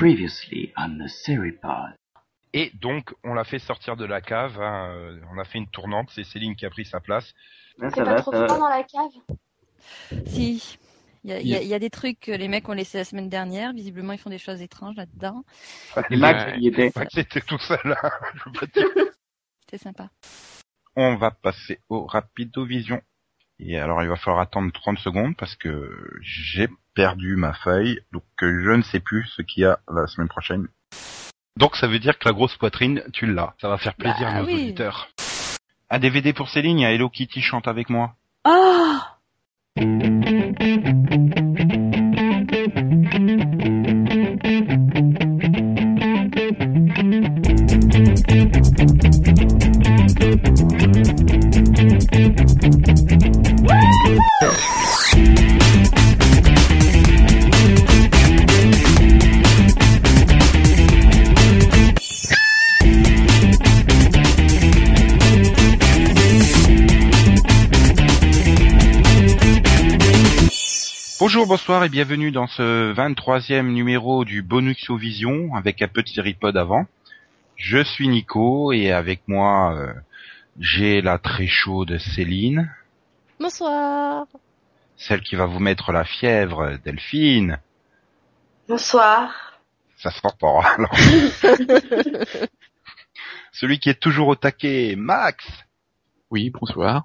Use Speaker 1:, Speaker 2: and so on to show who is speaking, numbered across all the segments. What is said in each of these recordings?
Speaker 1: Previously on the Seripod.
Speaker 2: Et donc, on l'a fait sortir de la cave. hein, euh, On a fait une tournante. C'est Céline qui a pris sa place.
Speaker 1: Là,
Speaker 3: C'est
Speaker 1: ça
Speaker 3: pas
Speaker 1: va,
Speaker 3: trop
Speaker 1: ça
Speaker 3: froid
Speaker 1: va.
Speaker 3: dans la cave.
Speaker 4: Si. Il y, a, il y a- il y a des trucs que les mecs ont laissé la semaine dernière. Visiblement, ils font des choses étranges là-dedans.
Speaker 1: Et Max,
Speaker 2: Ouais.
Speaker 1: il y était.
Speaker 2: Pas que C'était tout seul. hein, je veux pas dire.
Speaker 4: C'était sympa.
Speaker 2: on va passer au rapido vision. Et alors, il va falloir attendre 30 secondes parce que j'ai perdu ma feuille. Donc, euh, je ne sais plus ce qu'il y a la semaine prochaine.
Speaker 5: Donc ça veut dire que la grosse poitrine, tu l'as. Ça va faire plaisir
Speaker 4: Bah
Speaker 5: à nos
Speaker 4: oui.
Speaker 5: auditeurs.
Speaker 2: Un DVD pour Céline. Il y a Hello Kitty chante avec moi.
Speaker 6: Oh
Speaker 2: Bonjour, bonsoir et bienvenue dans ce 23e numéro du Bonuxio Vision avec un petit ripod avant. Je suis Nico et avec moi euh, j'ai la très chaude Céline,
Speaker 3: Bonsoir.
Speaker 2: celle qui va vous mettre la fièvre Delphine.
Speaker 3: Bonsoir.
Speaker 2: Ça se pas hein, alors. Celui qui est toujours au taquet, Max.
Speaker 7: Oui, bonsoir.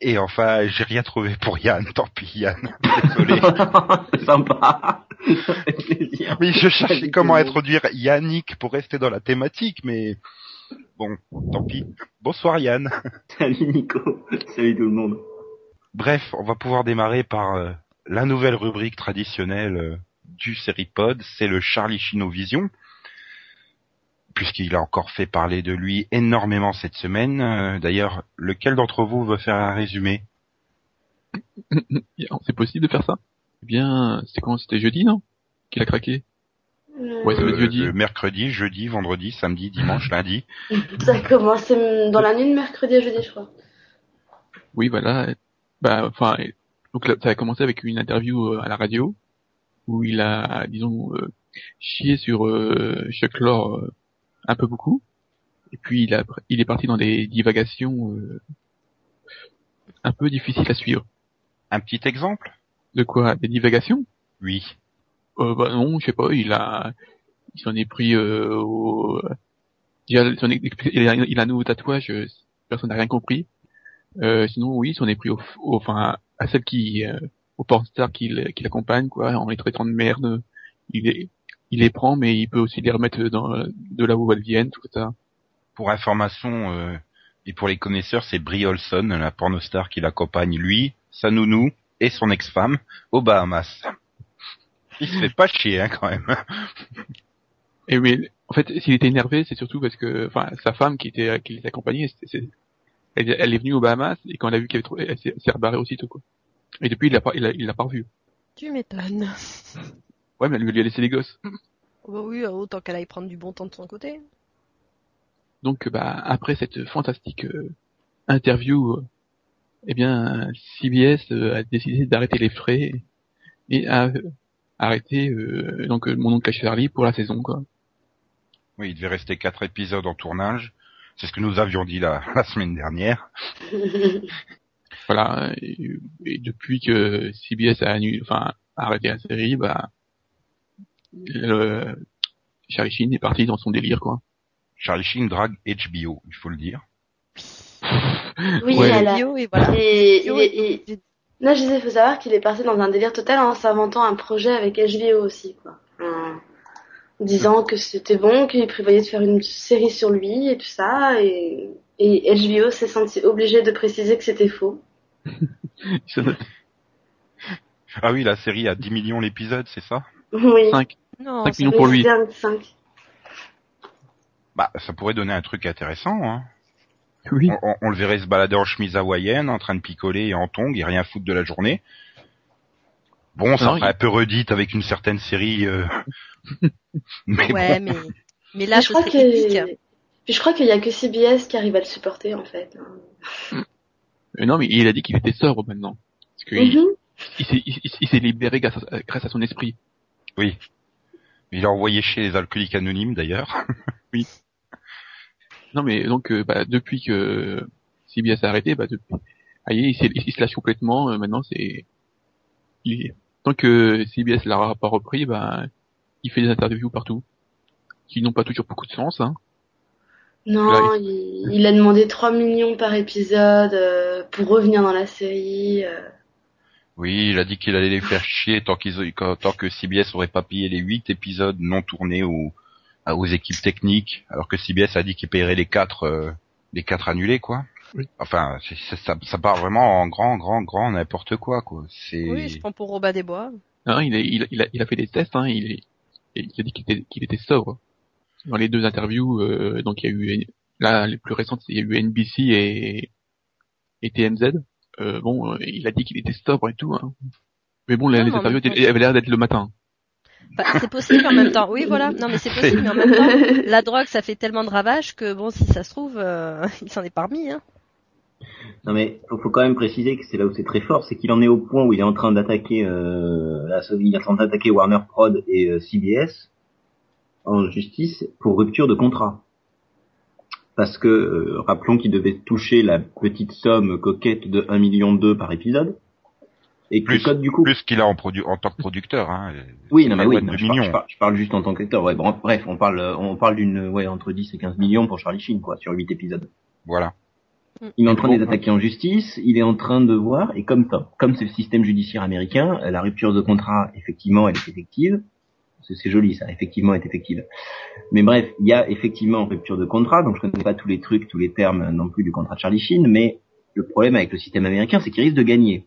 Speaker 2: Et enfin, j'ai rien trouvé pour Yann, tant pis Yann. Désolé.
Speaker 1: C'est sympa. Ça fait plaisir.
Speaker 2: Oui, je cherchais comment introduire Yannick pour rester dans la thématique, mais bon, tant pis. Bonsoir Yann.
Speaker 1: Salut Nico. Salut tout le monde.
Speaker 2: Bref, on va pouvoir démarrer par euh, la nouvelle rubrique traditionnelle euh, du Seripod, c'est le Charlie Chino Vision. Puisqu'il a encore fait parler de lui énormément cette semaine. Euh, D'ailleurs, lequel d'entre vous veut faire un résumé
Speaker 7: C'est possible de faire ça Eh bien, c'était quand C'était jeudi, non Qu'il a craqué
Speaker 3: Hmm,
Speaker 7: Ouais, ça va être jeudi.
Speaker 2: Euh, le Mercredi, jeudi, vendredi, samedi, dimanche, lundi.
Speaker 8: Ça a commencé mm, dans la nuit de mercredi à jeudi, je crois.
Speaker 7: Oui, voilà. Bah, enfin, et- donc là, ça a commencé avec une interview euh, à la radio où il a, disons, euh, chié sur euh, Chuck Lorre euh, un peu beaucoup. Et puis il a, il est parti dans des divagations euh, un peu difficiles à suivre.
Speaker 2: Un petit exemple
Speaker 7: De quoi Des divagations
Speaker 2: Oui.
Speaker 7: Euh, bah non, je sais pas, il a, il s'en est pris euh, au, déjà, son ex- il a, il a un nouveau tatouage, euh, personne n'a rien compris. Euh, sinon, oui, il s'en est pris au, au- enfin, à celle qui, euh, au pornstar qui, l- qui l'accompagne, quoi, en les traitant de merde. Il les, il les prend, mais il peut aussi les remettre dans, de là où elles viennent, tout ça.
Speaker 2: Pour information euh, et pour les connaisseurs, c'est Brie Olson, la pornostar qui l'accompagne, lui, sa nounou et son ex-femme aux Bahamas. Il se fait pas chier hein, quand même.
Speaker 7: Et oui, en fait, s'il était énervé, c'est surtout parce que, enfin, sa femme qui était, qui les accompagnait, c'est- c'est- elle, elle est venue aux Bahamas, et quand elle a vu qu'il y avait trop, elle s'est s'est rebarrée aussitôt, quoi. Et depuis, il l'a pas, il l'a- il l'a pas revu.
Speaker 9: Tu m'étonnes.
Speaker 7: Ouais, mais elle lui a laissé les gosses.
Speaker 9: Bah oui, autant qu'elle aille prendre du bon temps de son côté.
Speaker 7: Donc, bah, après cette fantastique euh, interview, euh, eh bien, CBS euh, a décidé d'arrêter les frais et a euh, arrêté euh, donc euh, mon oncle Charlie pour la saison, quoi.
Speaker 2: Oui, il devait rester quatre épisodes en tournage. C'est ce que nous avions dit la, la semaine dernière.
Speaker 7: Voilà. Et, et depuis que CBS a, annu- enfin, a arrêté la série, bah, le- Charlie Sheen est parti dans son délire, quoi.
Speaker 2: Charlie Sheen drague HBO, il faut le dire.
Speaker 8: Oui,
Speaker 7: Ouais.
Speaker 8: elle a...
Speaker 9: Bio, et voilà.
Speaker 8: Et,
Speaker 9: Bio,
Speaker 8: il est- il-
Speaker 9: j'ai-
Speaker 8: Là, je disais, faut savoir qu'il est parti dans un délire total en s'inventant un projet avec HBO aussi, quoi. En disant que c'était bon, qu'il prévoyait de faire une série sur lui et tout ça, et, et HBO s'est senti obligé de préciser que c'était faux.
Speaker 7: Ça doit être
Speaker 2: Ah oui, la série a 10 millions l'épisode, c'est ça
Speaker 8: Oui.
Speaker 7: cinq-
Speaker 9: Non,
Speaker 7: cinq
Speaker 9: c'est-
Speaker 7: millions pour lui.
Speaker 8: 5.
Speaker 2: Bah, ça pourrait donner un truc intéressant. Hein.
Speaker 7: Oui.
Speaker 2: On, on- on le verrait se balader en chemise hawaïenne, en train de picoler et en tongs et rien foutre de la journée. Bon, ça
Speaker 7: Non,
Speaker 2: ferait
Speaker 7: il-
Speaker 2: un peu redite avec une certaine série. euh, Mais bon.
Speaker 9: Ouais, mais, mais là,
Speaker 8: je crois
Speaker 9: c'est
Speaker 8: que... Puis je crois qu'il y a que CBS qui arrive à le supporter, en fait. hein.
Speaker 7: Euh, non, mais il a dit qu'il était sobre maintenant. Parce que il-
Speaker 8: Mhm.
Speaker 7: il s'est- il- il s'est libéré grâce à, grâce à son esprit.
Speaker 2: Il a envoyé chez les alcooliques anonymes d'ailleurs. oui.
Speaker 7: Non mais donc euh, bah, depuis que CBS s'est arrêté, bah depuis, ah, il, il s'est- il se lâche complètement. euh, maintenant c'est il est- tant que CBS l'a pas repris, bah il fait des interviews partout qui n'ont pas toujours beaucoup de sens. Hein.
Speaker 8: Non, il, il a demandé 3 millions par épisode euh, pour revenir dans la série. euh.
Speaker 2: Oui, il a dit qu'il allait les faire chier tant, qu'ils, quand- tant que CBS aurait pas payé les huit épisodes non tournés aux, à- aux équipes techniques, alors que CBS a dit qu'il paierait les quatre, euh, les quatre annulés, quoi.
Speaker 7: Oui.
Speaker 2: Enfin, c'est- c'est- ça, ça part vraiment en grand, grand, grand n'importe quoi, quoi. C'est
Speaker 9: Oui, je prends pour Robin des Bois.
Speaker 7: Hein, il, a, il, a, il a- il a fait des tests, hein, il, est- il a dit qu'il était, qu'il était sobre. Dans les deux interviews, euh, donc il y a eu là les plus récentes, il y a eu NBC et, et TMZ. Euh, bon, euh, il a dit qu'il était sobre et tout. Hein. Mais bon, les,
Speaker 9: Non,
Speaker 7: les
Speaker 9: mais en
Speaker 7: interviews
Speaker 9: même temps-
Speaker 7: étaient- avaient l'air d'être le matin.
Speaker 9: Bah, c'est possible en même temps. Oui, voilà. Non, mais c'est possible, mais en même temps, la drogue, ça fait tellement de ravages que bon, si ça se trouve, euh, il s'en est parmi. Hein.
Speaker 1: Non mais faut, faut quand même préciser que c'est là où c'est très fort, c'est qu'il en est au point où il est en train d'attaquer euh, la Sony, il est en train d'attaquer Warner Prod et euh, CBS en justice pour rupture de contrat. Parce que euh, rappelons qu'il devait toucher la petite somme coquette de 1 million par épisode et que
Speaker 2: Plus,
Speaker 1: le code du coup
Speaker 2: plus qu'il a en, produ- en tant que producteur. Hein.
Speaker 1: oui, non,
Speaker 2: la
Speaker 1: mais oui,
Speaker 2: boîte
Speaker 1: non,
Speaker 2: de
Speaker 1: je, parle,
Speaker 2: millions.
Speaker 1: je parle- je parle juste en tant qu'acteur. Ouais, bon, bref, on parle, euh, on parle d'une, ouais, entre 10 et 15 millions pour Charlie Sheen, quoi, sur 8 épisodes.
Speaker 2: Voilà.
Speaker 1: Il est en train de les attaquer en justice, il est en train de voir, et comme ça, comme c'est le système judiciaire américain, euh, la rupture de contrat, effectivement, elle est effective. C'est c'est joli, ça, effectivement, elle est effective. Mais bref, il y a effectivement rupture de contrat, donc je connais pas tous les trucs, tous les termes euh, non plus du contrat de Charlie Sheen, mais le problème avec le système américain, c'est qu'il risque de gagner.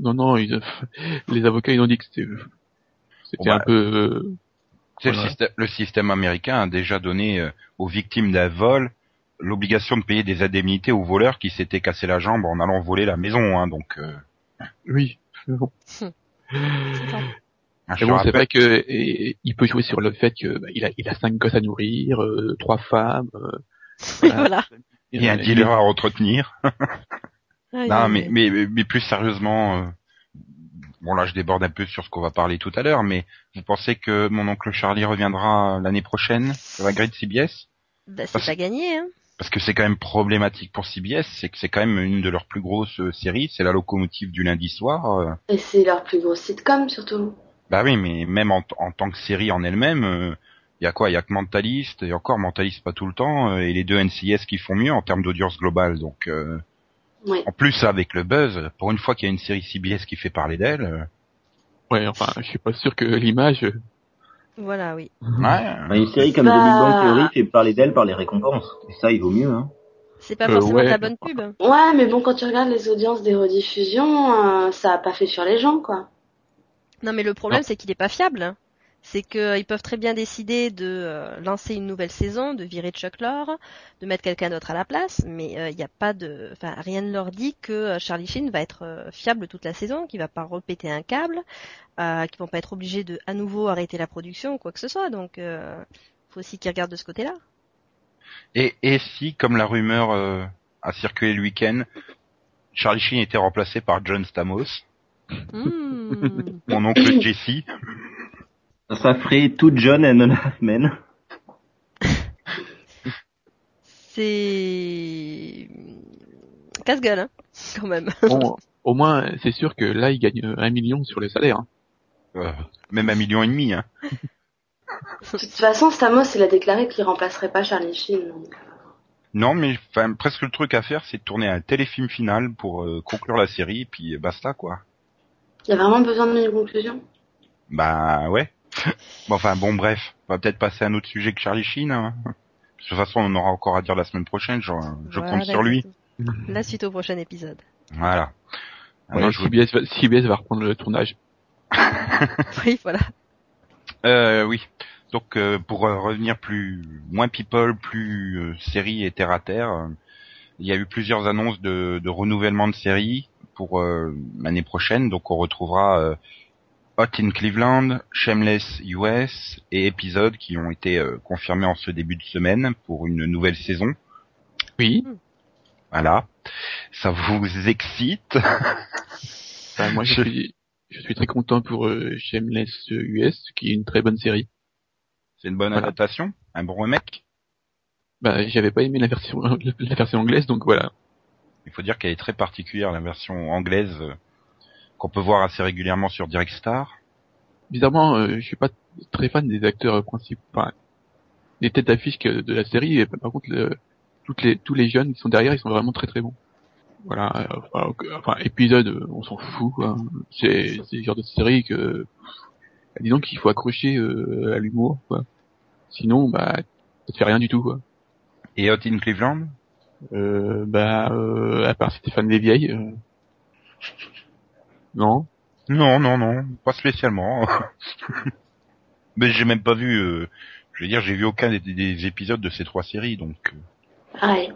Speaker 7: Non, non, ils, les avocats ils ont dit que c'était c'était
Speaker 2: Bon, bah,
Speaker 7: un peu. euh,
Speaker 2: C'est le,
Speaker 7: Voilà.
Speaker 2: système, le système américain a déjà donné euh, aux victimes d'un vol l'obligation de payer des indemnités aux voleurs qui s'étaient cassé la jambe en allant voler la maison. Hein, donc, euh,
Speaker 7: oui. mais bon.
Speaker 2: hein, je
Speaker 7: Mais
Speaker 2: te
Speaker 7: bon, c'est
Speaker 2: rappelle-
Speaker 7: vrai que et- et il peut jouer sur le fait que bah, il a il a cinq gosses à nourrir, euh, trois femmes. euh,
Speaker 9: Voilà.
Speaker 2: il y a un dealer à entretenir.
Speaker 9: Aïe,
Speaker 2: Non,
Speaker 9: aïe,
Speaker 2: mais,
Speaker 9: aïe.
Speaker 2: mais, mais plus sérieusement, euh, bon là je déborde un peu sur ce qu'on va parler tout à l'heure, mais vous pensez que mon oncle Charlie reviendra l'année prochaine sur la grille de CBS
Speaker 9: Bah, c'est
Speaker 2: parce-
Speaker 9: pas gagné. Hein.
Speaker 2: Parce que c'est quand même problématique pour CBS, c'est que c'est quand même une de leurs plus grosses euh, séries, c'est la locomotive du lundi soir. euh.
Speaker 8: Et c'est leur plus gros sitcom surtout.
Speaker 2: Bah oui, mais même en, en tant que série en elle-même, euh, il y a quoi Il y a que Mentalist, et encore Mentalist pas tout le temps, euh, et les deux NCIS qui font mieux en termes d'audience globale, donc... euh,
Speaker 8: Oui.
Speaker 2: en plus, avec le buzz, pour une fois qu'il y a une série CBS qui fait parler d'elle, euh,
Speaker 7: Ouais, enfin, je suis pas sûr que l'image. euh,
Speaker 9: Voilà, oui.
Speaker 7: Mmh.
Speaker 2: ouais,
Speaker 1: Enfin, Une série comme
Speaker 8: Bah.
Speaker 1: The Big Bang Theory fait parler d'elle par les récompenses. Et ça, il vaut mieux, hein.
Speaker 9: C'est pas
Speaker 7: Euh,
Speaker 9: forcément
Speaker 7: ouais.
Speaker 9: de la bonne pub. hein.
Speaker 8: Ouais, mais bon, quand tu regardes les audiences des rediffusions, euh, ça a pas fait sur les gens, quoi.
Speaker 9: Non, mais le problème, c'est qu'il est pas fiable. hein. C'est qu'ils peuvent très bien décider de euh, lancer une nouvelle saison, de virer Chuck Lorre, de mettre quelqu'un d'autre à la place, mais il n'y a pas de, enfin, rien ne leur dit que euh, Charlie Sheen va être euh, fiable toute la saison, qu'il va pas repéter un câble, euh, qu'ils vont pas être obligés de à nouveau arrêter la production ou quoi que ce soit. Donc, euh, faut aussi qu'ils regardent de ce côté-là.
Speaker 2: Et, et si, comme la rumeur euh, a circulé le week-end, Charlie Sheen était remplacé par John Stamos,
Speaker 9: Hmm.
Speaker 2: mon oncle Jesse,
Speaker 1: Ça ferait tout John and a half men.
Speaker 9: C'est casse-gueule, hein, quand même.
Speaker 7: Bon, au moins, c'est sûr que là, il gagne euh, un million sur le salaire. hein.
Speaker 2: euh, même un million et demi. Hein.
Speaker 8: De toute façon, Stamos, il a déclaré qu'il remplacerait pas Charlie Sheen. donc.
Speaker 2: Non, mais enfin, presque le truc à faire, c'est de tourner un téléfilm final pour euh, conclure la série, et puis euh, basta quoi.
Speaker 8: Il y a vraiment besoin de mes conclusions.
Speaker 2: Bah ouais. bon, enfin bon, bref, on va peut-être passer à un autre sujet que Charlie Sheen. hein. De toute façon, on aura encore à dire la semaine prochaine. Je, je
Speaker 9: Voilà,
Speaker 2: compte sur lui.
Speaker 9: exactement. bah, La suite au prochain épisode.
Speaker 2: Voilà. Ah non,
Speaker 7: Ouais,
Speaker 2: je vous-
Speaker 7: CBS, va, CBS va reprendre le tournage.
Speaker 9: Oui, voilà.
Speaker 2: Euh, oui. Donc euh, pour euh, revenir plus moins people, plus euh, série et terre à terre, euh, il y a eu plusieurs annonces de, de renouvellement de séries pour euh, l'année prochaine. Donc on retrouvera euh, Hot in Cleveland, Shameless US et épisodes qui ont été euh, confirmés en ce début de semaine pour une nouvelle saison.
Speaker 7: Oui.
Speaker 2: Voilà. Ça vous excite
Speaker 7: Enfin, moi, je
Speaker 2: Je-
Speaker 7: suis, Je suis très content pour euh, Shameless US, qui est une très bonne série.
Speaker 2: C'est une bonne
Speaker 7: Voilà.
Speaker 2: adaptation, un bon remake.
Speaker 7: Bah, j'avais pas aimé la version, la version anglaise, donc voilà.
Speaker 2: Il faut dire qu'elle est très particulière, la version anglaise euh, qu'on peut voir assez régulièrement sur Direct Star.
Speaker 7: Bizarrement, euh, je suis pas très fan des acteurs principaux, enfin, des têtes d'affiche que- de la série. Et par contre, le- toutes les, tous les jeunes qui sont derrière, ils sont vraiment très très bons. Voilà. euh, Enfin, ok, enfin, épisode, euh, on s'en fout. quoi. C'est c'est le genre de série que, euh, disons qu'il faut accrocher euh, à l'humour. quoi. Sinon, bah, ça te fait rien du tout. Quoi.
Speaker 2: Et Hot in Cleveland
Speaker 7: Euh, bah, euh, à part Stéphane Lévieille. euh, Non.
Speaker 2: Non, non, non, pas spécialement. Mais j'ai même pas vu. euh, je veux dire, j'ai vu aucun des, des épisodes de ces trois séries, donc. euh,
Speaker 8: Pareil.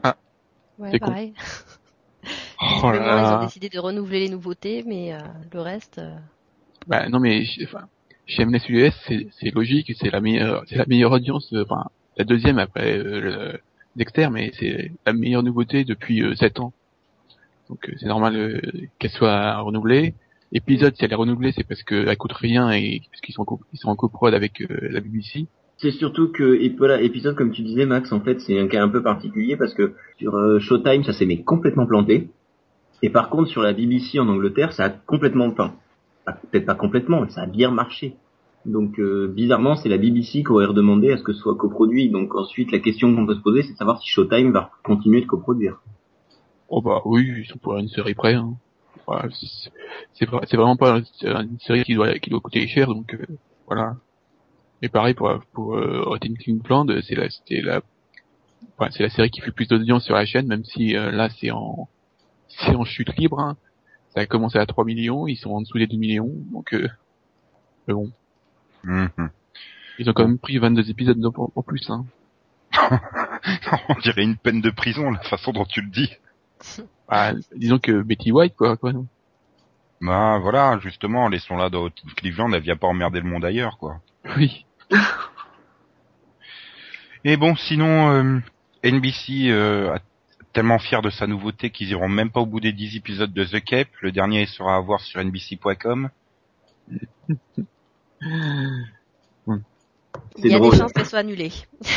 Speaker 9: Ouais,
Speaker 7: C'est con.
Speaker 9: pareil.
Speaker 7: Oh là
Speaker 9: Visiblement, ils ont
Speaker 7: là.
Speaker 9: décidé de renouveler les nouveautés, mais euh, le reste. euh,
Speaker 7: Bah, non mais je- enfin, chez MLS US, c'est c'est logique, c'est la meilleure, c'est la meilleure audience, euh, enfin la deuxième après euh, le Dexter, mais c'est la meilleure nouveauté depuis 7 ans. Donc euh, c'est normal euh, qu'elle soit renouvelée. Épisode, si elle est renouvelée, c'est parce que elle coûte rien et parce qu'ils sont co- ils sont en coprod avec euh, la BBC.
Speaker 1: C'est surtout que et voilà, épisode comme tu disais Max en fait c'est un cas un peu particulier parce que sur euh, Showtime ça s'est mais complètement planté et par contre sur la BBC en Angleterre ça a complètement enfin pas- peut-être pas complètement mais ça a bien marché donc euh, bizarrement c'est la BBC qui aurait redemandé à ce que ce soit coproduit donc ensuite la question qu'on peut se poser c'est de savoir si Showtime va continuer de coproduire
Speaker 7: Oh bah oui, ils sont pour une série près. Hein. Voilà, c'est- c'est vra- c'est vraiment pas une série qui doit qui doit coûter cher, donc euh, voilà. Et pareil pour pour euh, Hot in Cleveland, c'est la c'était la enfin, c'est la série qui fait le plus d'audience sur la chaîne, même si euh, là c'est en c'est en chute libre. hein. Ça a commencé à 3 millions, ils sont en dessous des 2 millions, donc euh, mais bon,
Speaker 2: mhm.
Speaker 7: ils ont quand même pris 22 épisodes en, en plus. Hein.
Speaker 2: On dirait une peine de prison la façon dont tu le dis.
Speaker 7: Bah, disons que Betty White quoi quoi non.
Speaker 2: Bah voilà, justement, laissons-la dans Hot in Cleveland, elle vient pas emmerder le monde ailleurs, quoi.
Speaker 7: Oui.
Speaker 2: Et bon, sinon, euh, NBC euh, a- tellement fier de sa nouveauté qu'ils iront même pas au bout des 10 épisodes de The Cape. Le dernier sera à voir sur NBC.com.
Speaker 1: C'est
Speaker 9: Il y a
Speaker 1: drôle.
Speaker 9: des chances qu'elle soit annulée.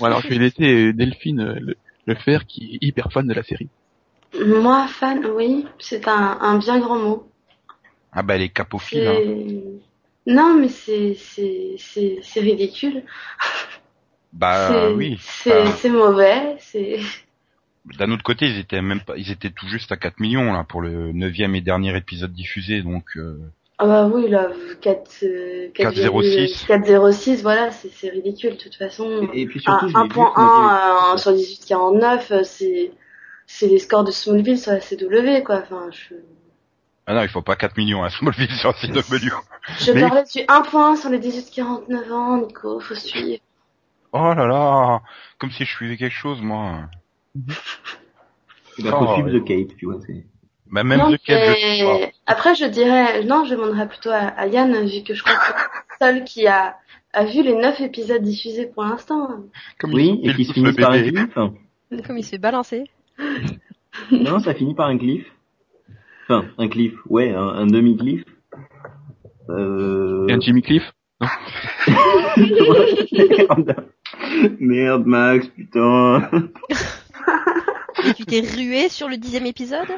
Speaker 7: Bon, alors je vais laisser euh, Delphine euh, le, le faire qui est hyper fan de la série.
Speaker 8: Moi, fan, oui, c'est un, un bien grand mot.
Speaker 2: Ah bah les capophile. Hein.
Speaker 8: C'est... Non, mais c'est, c'est, c'est, c'est ridicule.
Speaker 2: Bah
Speaker 8: c'est,
Speaker 2: oui.
Speaker 8: C'est,
Speaker 2: bah,
Speaker 8: c'est mauvais. C'est...
Speaker 2: D'un autre côté, ils étaient même pas, ils étaient tout juste à 4 millions là pour le neuvième et dernier épisode diffusé, donc euh,
Speaker 8: Ah bah oui, là, 4, euh, 4,
Speaker 2: 4,06.
Speaker 8: 4,06, voilà, c'est, c'est ridicule de toute façon. Ah,
Speaker 1: et, et puis
Speaker 8: Mm. Un-
Speaker 1: surtout je l'ai vu, je me dis,
Speaker 8: 1.1 euh, sur 18,49, euh, c'est, c'est les scores de Smallville sur la CW, quoi. Enfin, je,
Speaker 2: ah non, il faut pas 4 millions à Smallville sur CW.
Speaker 8: je
Speaker 2: Mais-
Speaker 8: parlais du 1.1 sur les 18,49 ans, Nico, faut suivre.
Speaker 2: Oh là là, comme si je suivais quelque chose moi.
Speaker 1: eh
Speaker 8: euh,
Speaker 1: ben, faut
Speaker 2: Oh,
Speaker 1: suivre
Speaker 2: ouais.
Speaker 1: The Cape tu vois c'est
Speaker 2: Bah même
Speaker 8: Non,
Speaker 2: The Cape, je
Speaker 8: mais
Speaker 2: sais pas.
Speaker 8: Après, je dirais, non, je demanderais plutôt à, à Yann, vu que je crois que c'est le seul qui a, a vu les 9 épisodes diffusés pour l'instant.
Speaker 2: Comme
Speaker 1: oui
Speaker 2: ils
Speaker 1: et qui
Speaker 2: poussent
Speaker 1: se
Speaker 2: le
Speaker 1: finit par un
Speaker 2: bébé.
Speaker 1: cliff
Speaker 9: Comme il se fait balancer.
Speaker 1: non ça finit par un cliff enfin un cliff ouais un, un demi cliff euh...
Speaker 7: Et un Jimmy Cliff
Speaker 1: Merde. Merde, Max, putain.
Speaker 9: Et tu t'es rué sur le dixième épisode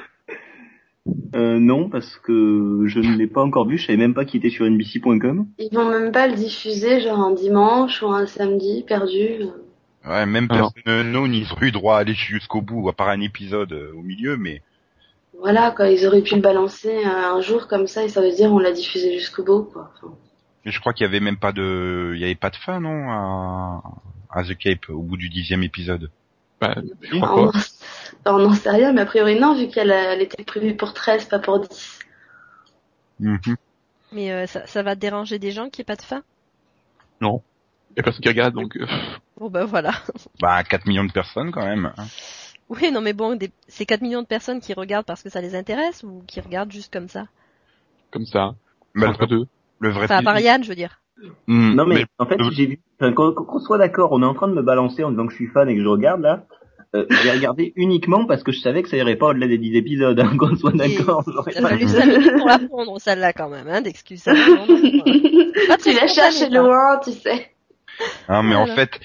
Speaker 1: Euh, non, parce que je ne l'ai pas encore vu, je savais même pas qu'il était sur NBC.com.
Speaker 8: Ils vont même pas le diffuser, genre un dimanche ou un samedi perdu.
Speaker 2: Ouais, même
Speaker 7: Alors.
Speaker 2: personne euh, non, ils auraient eu droit à aller jusqu'au bout, à part un épisode euh, au milieu, mais
Speaker 8: Voilà, quoi, ils auraient pu le balancer euh, un jour comme ça, et ça veut dire on l'a diffusé jusqu'au bout, quoi. Enfin,
Speaker 2: mais je crois qu'il y avait même pas de, il y avait pas de fin, non, à, à The Cape au bout du dixième épisode.
Speaker 7: bah, Je
Speaker 8: on
Speaker 7: crois
Speaker 8: n'en-
Speaker 7: pas.
Speaker 8: on n'en sait rien, mais a priori non, vu qu'elle a- elle était prévue pour 13, pas pour 10.
Speaker 2: Mhm.
Speaker 9: Mais euh, ça, ça va déranger des gens qui n'aient pas de faim
Speaker 7: Il y a personne qui regarde, donc euh,
Speaker 9: Bon bah voilà.
Speaker 2: Bah 4 millions de personnes quand même. hein.
Speaker 9: Oui, non mais bon, des- c'est 4 millions de personnes qui regardent parce que ça les intéresse ou qui regardent juste comme ça
Speaker 7: comme ça.
Speaker 2: Bah,
Speaker 7: entre
Speaker 2: le,
Speaker 7: deux.
Speaker 2: le vrai.
Speaker 9: Enfin, à part
Speaker 2: public-
Speaker 9: Yann, je veux dire.
Speaker 2: Mhm.
Speaker 1: Non mais,
Speaker 2: Mais
Speaker 1: en fait,
Speaker 2: euh,
Speaker 1: j'ai vu. Enfin, qu'on qu'on soit d'accord, on est en train de me balancer en disant que je suis fan et que je regarde là. euh, j'ai regardé uniquement parce que je savais que ça irait pas au-delà des 10 épisodes, hein, qu'on soit d'accord. j'aurais
Speaker 9: Il a
Speaker 1: pas-
Speaker 9: fallu 5 minutes pour la prendre, celle-là, quand même, hein, d'excuses. à prendre, euh. Pas
Speaker 8: tu
Speaker 9: très
Speaker 8: la cherches
Speaker 9: spontanée, quoi.
Speaker 8: loin, tu sais.
Speaker 2: Hein, mais en
Speaker 9: Voilà.
Speaker 2: fait,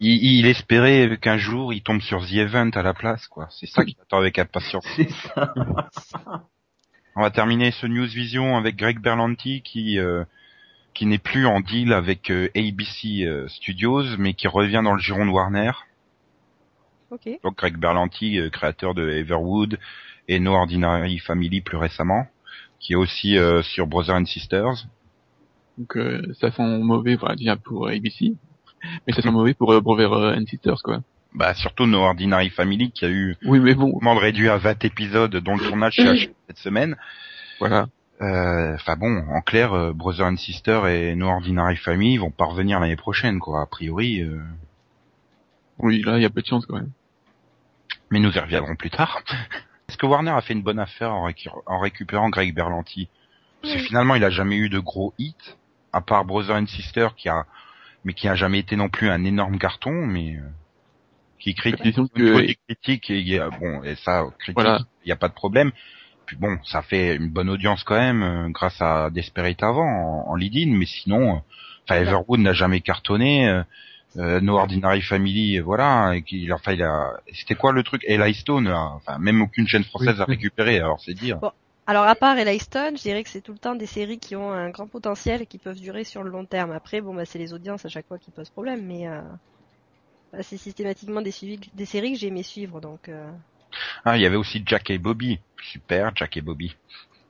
Speaker 2: il, il espérait qu'un jour il tombe sur The Event à la place, quoi. C'est ça qu'il attend avec impatience.
Speaker 1: C'est ça.
Speaker 2: On va terminer ce News Vision avec Greg Berlanti qui euh, qui n'est plus en deal avec euh, ABC euh, Studios, mais qui revient dans le giron de Warner.
Speaker 9: Ok.
Speaker 2: Donc Greg Berlanti, euh, créateur de Everwood et No Ordinary Family plus récemment, qui est aussi euh, sur Brothers and Sisters.
Speaker 7: Donc euh, ça sent mauvais, voilà, déjà pour euh, ABC, mais ça sent mauvais pour euh, Brother euh, and Sisters, quoi.
Speaker 2: Bah surtout No Ordinary Family qui a eu
Speaker 7: Oui, mais bon,
Speaker 2: mouvement réduit à 20 épisodes dont le tournage s'est achevé cette semaine.
Speaker 7: voilà.
Speaker 2: Euh, Enfin bon, en clair, euh, Brothers and Sisters et No Ordinary Family vont pas revenir l'année prochaine, quoi. A priori, euh,
Speaker 7: Oui, là, il y a peu de chance, quand même.
Speaker 2: mais nous y reviendrons plus tard. Est-ce que Warner a fait une bonne affaire en, récu- en récupérant Greg Berlanti Parce que finalement, il a jamais eu de gros hits, à part Brothers and Sisters, qui a, mais qui a jamais été non plus un énorme carton, mais euh, qui critique
Speaker 7: Bah, Disons
Speaker 2: au niveau
Speaker 7: que
Speaker 2: des critiques et il y a- bon et ça critique il
Speaker 7: Voilà.
Speaker 2: n'y a pas de problème puis bon ça fait une bonne audience quand même euh, grâce à Desperate avant en, en lead-in mais sinon euh, enfin Everwood n'a jamais cartonné euh, euh, No Ordinary Family euh, voilà et qu'il enfin il a c'était quoi le truc Eli Stone là, enfin même aucune chaîne française
Speaker 7: Oui.
Speaker 2: a récupéré alors c'est dire
Speaker 9: Alors à part Eli Stone, je dirais que c'est tout le temps des séries qui ont un grand potentiel et qui peuvent durer sur le long terme. Après, bon bah c'est les audiences à chaque fois qui posent problème, mais euh, bah, c'est systématiquement des, suivis, que- des séries que j'ai aimé suivre, donc euh,
Speaker 2: ah il y avait aussi Jack et Bobby super Jack et Bobby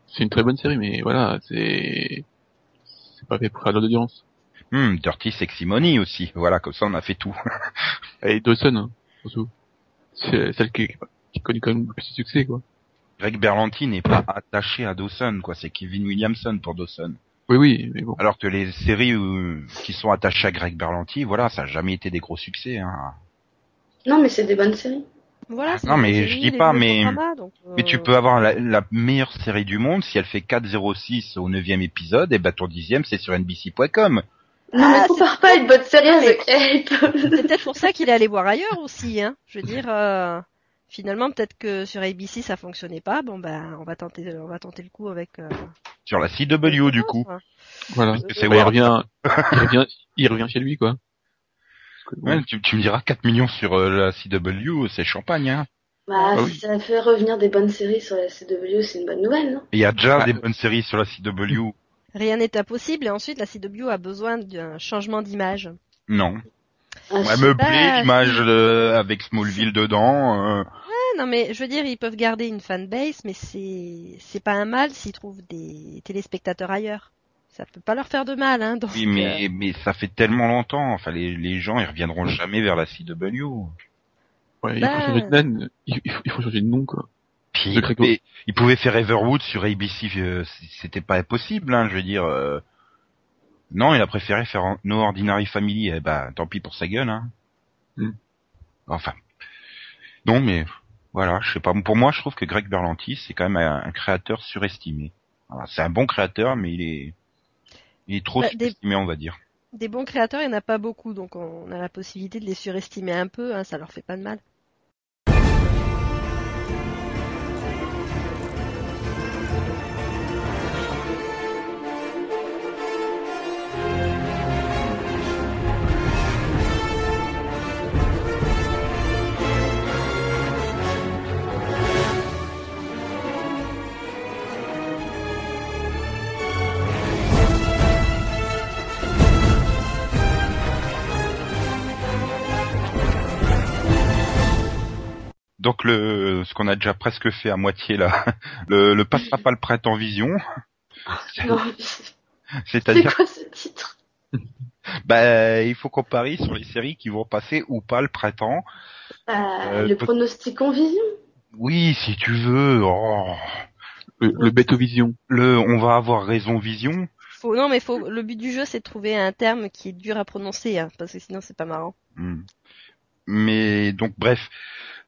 Speaker 7: c'est une très bonne série, mais voilà, c'est c'est pas fait pour faire de l'audience.
Speaker 2: Hmm, Dirty Sexy Money aussi voilà comme ça on a fait tout
Speaker 7: Et Dawson, hein, surtout. C'est celle qui, qui connaît quand même le plus de succès, quoi.
Speaker 2: Greg Berlanti n'est pas attaché à Dawson quoi c'est Kevin Williamson pour Dawson
Speaker 7: Oui, oui, mais bon.
Speaker 2: Alors que les séries euh, qui sont attachées à Greg Berlanti, voilà, ça n'a jamais été des gros succès. hein.
Speaker 8: Non, mais c'est des bonnes séries.
Speaker 9: voilà. c'est
Speaker 2: Non,
Speaker 9: des
Speaker 2: mais
Speaker 9: séries,
Speaker 2: je dis
Speaker 9: les
Speaker 2: pas,
Speaker 9: vieux
Speaker 2: mais-
Speaker 9: programmes, donc,
Speaker 2: Mais tu
Speaker 9: euh,
Speaker 2: peux avoir la, la meilleure série du monde si elle fait 4.06 au 9 épisode, et bah ton dixième c'est sur NBC.com.
Speaker 8: Non,
Speaker 9: Ah,
Speaker 8: mais compare pas une bonne série à
Speaker 9: Mais-
Speaker 8: The Cape.
Speaker 9: C'est peut-être pour ça qu'il est allé voir ailleurs aussi, hein. Je veux dire, euh, finalement peut-être que sur ABC ça fonctionnait pas. Bon ben on va tenter, on va tenter le coup avec. euh,
Speaker 2: Sur la CW du
Speaker 9: autre
Speaker 2: coup.
Speaker 9: chose, hein.
Speaker 7: Voilà.
Speaker 2: Parce que c'est
Speaker 7: Bah,
Speaker 2: Warner.
Speaker 7: il revient, il revient, il revient chez lui, quoi. Parce que, bon,
Speaker 2: Ouais, tu, tu me diras 4 millions sur euh, la CW, c'est champagne. hein.
Speaker 8: Bah,
Speaker 7: Ah
Speaker 8: si ça fait revenir des bonnes séries sur la CW, c'est une bonne nouvelle, non
Speaker 2: Et Il y a déjà
Speaker 7: Ah.
Speaker 2: des bonnes séries sur la CW.
Speaker 9: Rien n'est impossible et ensuite la CW a besoin d'un changement d'image.
Speaker 2: Non.
Speaker 8: Ah,
Speaker 2: Ouais,
Speaker 8: si.
Speaker 2: meubler
Speaker 9: pas,
Speaker 2: l'image euh, avec Smallville dedans. euh,
Speaker 9: non mais je veux dire ils peuvent garder une fanbase mais c'est c'est pas un mal s'ils trouvent des téléspectateurs ailleurs. Ça peut pas leur faire de mal hein donc
Speaker 2: oui, mais, mais ça fait tellement longtemps. Enfin, les, les gens, ils reviendront jamais vers la CW.
Speaker 7: ouais, il
Speaker 9: bah.
Speaker 7: faut changer de nom, il, il faut, il faut changer de nom, quoi.
Speaker 2: Puis
Speaker 7: De
Speaker 2: il
Speaker 7: Gréco.
Speaker 2: pouvait, il pouvait faire Everwood sur ABC, euh, c- c'était pas impossible, hein, je veux dire. euh, Non, il a préféré faire en- No Ordinary Family, eh bah tant pis pour sa gueule. Hein.
Speaker 7: Hmm.
Speaker 2: Enfin. Non, mais voilà, je sais pas. Pour moi, je trouve que Greg Berlanti, c'est quand même un, un créateur surestimé. Voilà, c'est un bon créateur, mais il est, il est trop
Speaker 9: Bah, des-
Speaker 2: surestimé, on va dire.
Speaker 9: euh, des bons créateurs il n'y en a pas beaucoup donc on a la possibilité de les surestimer un peu hein, ça leur fait pas de mal.
Speaker 2: Donc le, ce qu'on a déjà presque fait à moitié là, le, le passera pas le printemps vision,
Speaker 8: Non, c'est
Speaker 2: c'est-à-dire
Speaker 8: quoi ce titre
Speaker 2: Bah, il faut qu'on parie sur les séries qui vont passer ou pas le printemps.
Speaker 8: Euh,
Speaker 2: Euh,
Speaker 8: Le
Speaker 2: peut-
Speaker 8: pronostic en vision
Speaker 2: Oui, si tu veux. Oh.
Speaker 7: Le, le Betovision.
Speaker 2: Le, on va avoir raison vision.
Speaker 9: Faut, non mais faut le but du jeu c'est de trouver un terme qui est dur à prononcer hein, parce que sinon c'est pas marrant.
Speaker 2: Hmm. Mais donc bref,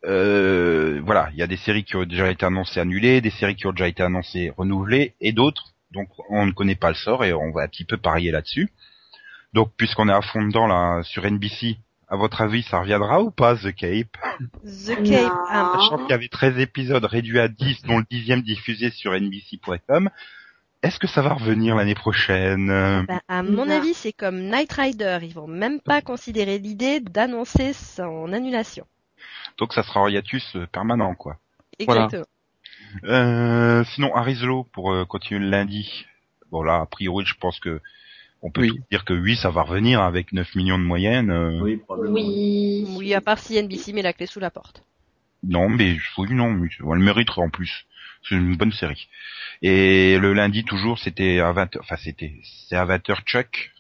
Speaker 2: euh, voilà, il y a des séries qui ont déjà été annoncées annulées, des séries qui ont déjà été annoncées renouvelées et d'autres. Donc on ne connaît pas le sort et on va un petit peu parier là-dessus. Donc puisqu'on est à fond dedans là sur NBC, À votre avis, ça reviendra ou pas, The Cape
Speaker 9: The Cape. ah,
Speaker 2: Sachant qu'il y avait 13 épisodes réduits à 10, dont le dixième diffusé sur NBC.com. Est-ce que ça va revenir l'année prochaine Euh,
Speaker 9: bah, à mon
Speaker 8: Ah.
Speaker 9: avis, c'est comme Night Rider. Ils vont même pas considérer l'idée d'annoncer son annulation.
Speaker 2: Donc ça sera en hiatus euh, permanent, quoi.
Speaker 7: Voilà.
Speaker 9: Exactement.
Speaker 2: Euh, sinon, Arizlo, pour euh, continuer le lundi. Bon là, a priori, je pense que on peut
Speaker 7: Oui.
Speaker 2: tout dire que oui, ça va revenir avec 9 millions de moyenne. euh,
Speaker 1: Oui, probablement.
Speaker 8: Oui.
Speaker 9: Oui, à part si NBC met la clé sous la porte.
Speaker 2: Non, mais je trouve que non, mais elle le mériterait en plus. C'est une bonne série. Et le lundi toujours, c'était à 20h, enfin c'était, c'est à 20h Chuck.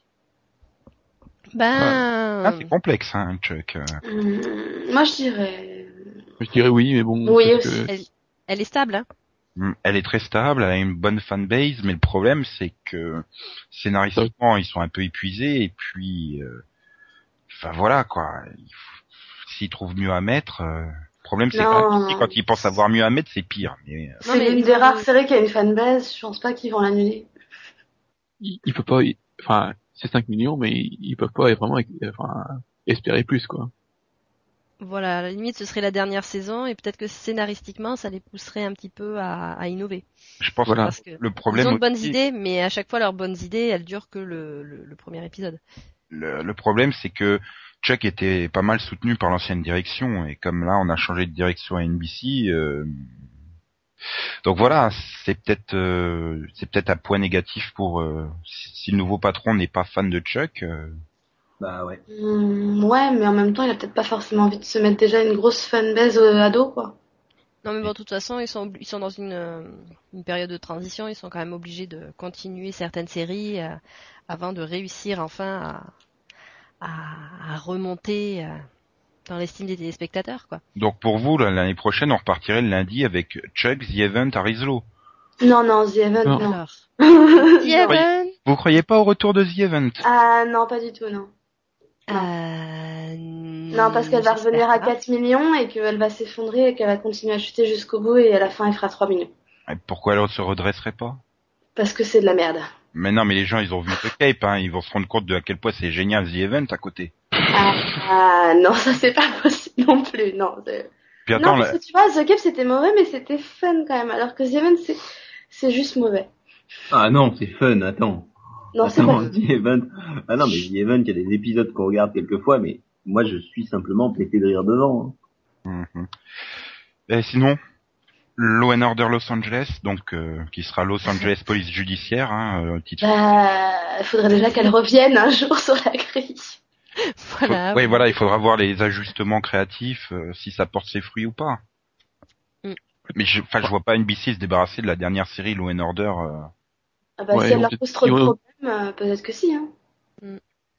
Speaker 9: Ben, Euh.
Speaker 2: Ah, c'est complexe, hein, Chuck. Euh,
Speaker 8: Hum, moi, je dirais.
Speaker 7: Je dirais oui, mais bon.
Speaker 8: Oui,
Speaker 7: parce
Speaker 8: aussi.
Speaker 7: que-
Speaker 9: elle, elle est stable. Hein.
Speaker 2: hum, Elle est très stable, elle a une bonne fanbase, mais le problème c'est que scénaristiquement ils sont un peu épuisés et puis, euh, enfin voilà quoi. Il faut- S'ils trouvent mieux à mettre, euh, le problème c'est
Speaker 8: Non.
Speaker 2: que quand ils pensent avoir mieux à mettre, c'est pire. Mais euh,
Speaker 9: Non,
Speaker 8: C'est
Speaker 9: mais
Speaker 8: l'une
Speaker 9: ils
Speaker 8: des
Speaker 9: ont-
Speaker 8: rares séries qui a une fanbase. Je pense pas qu'ils vont l'annuler.
Speaker 7: il, il peut pas, il- enfin, c'est 5 millions, mais ils ils peuvent pas vraiment, enfin, espérer plus, quoi.
Speaker 9: Voilà, à la limite, ce serait la dernière saison et peut-être que scénaristiquement, ça les pousserait un petit peu à, à innover.
Speaker 2: je pense
Speaker 7: Voilà. Ah,
Speaker 9: Parce que
Speaker 2: que le
Speaker 9: ils
Speaker 2: problème
Speaker 9: ont de bonnes
Speaker 2: aussi-
Speaker 9: idées, mais à chaque fois, leurs bonnes idées, elles durent que le, le- le premier épisode.
Speaker 2: le, le problème, c'est que Chuck était pas mal soutenu par l'ancienne direction, et comme là, on a changé de direction à NBC, euh, donc voilà, c'est peut-être euh, c'est peut-être un point négatif pour euh, si, si le nouveau patron n'est pas fan de Chuck. euh,
Speaker 1: Bah ouais.
Speaker 8: Hum, ouais, mais en même temps, il a peut-être pas forcément envie de se mettre déjà une grosse fanbase euh, à dos, quoi.
Speaker 9: Non, mais bon, de toute façon, ils sont, obli- ils sont dans une, euh, une période de transition. Ils sont quand même obligés de continuer certaines séries euh, avant de réussir enfin à, à- à remonter euh, dans l'estime des téléspectateurs, quoi.
Speaker 2: donc pour vous, là, l'année prochaine, on repartirait le lundi avec Chuck, The Event, Arislo.
Speaker 8: Non, non, The Event,
Speaker 7: Non.
Speaker 8: non.
Speaker 9: Alors, Steven,
Speaker 2: Vous croyez pas au retour de The Event
Speaker 8: Ah non, pas du tout, non.
Speaker 9: euh,
Speaker 8: Non, parce qu'elle va
Speaker 9: j'espère
Speaker 8: revenir à
Speaker 9: pas.
Speaker 8: 4 millions et qu'elle va s'effondrer et qu'elle va continuer à chuter jusqu'au bout et à la fin, elle fera 3 millions.
Speaker 2: Et Pourquoi elle se redresserait pas
Speaker 8: Parce que c'est de la merde.
Speaker 2: Mais non, mais les gens, ils ont vu The Cape, hein, ils vont se rendre compte de à quel point c'est génial The Event à côté.
Speaker 8: Ah, ah, non, ça c'est pas possible non plus, non. c'est-
Speaker 2: Puis attends,
Speaker 8: non,
Speaker 2: là-
Speaker 8: parce que tu vois, The Cave c'était mauvais, mais c'était fun quand même. Alors que The Event, c'est, c'est juste mauvais.
Speaker 1: Ah non, c'est fun, attends.
Speaker 8: Non, c'est
Speaker 1: Attends,
Speaker 8: bon.
Speaker 1: The Event. Ah non, mais The Event, il y a des épisodes qu'on regarde quelquefois, mais moi je suis simplement pété de rire devant. hein.
Speaker 2: Mhm. Et sinon, Law and Order Los Angeles, donc euh, qui sera Los Angeles Police Judiciaire, hein, euh, titre.
Speaker 9: Ah,
Speaker 8: Bah, il faudrait déjà qu'elle revienne un jour sur la grille.
Speaker 9: Voilà.
Speaker 2: oui, voilà, il faudra voir les ajustements créatifs, euh, si ça porte ses fruits ou pas.
Speaker 9: Mm.
Speaker 2: Mais je, enfin, je vois pas NBC se débarrasser de la dernière série Law and Order. euh.
Speaker 8: Ah bah,
Speaker 7: Ouais,
Speaker 8: si elle
Speaker 7: ils
Speaker 8: leur
Speaker 7: vont
Speaker 8: pose trop de
Speaker 7: peut-être- ils vont-
Speaker 8: problèmes, euh, peut-être que si, hein.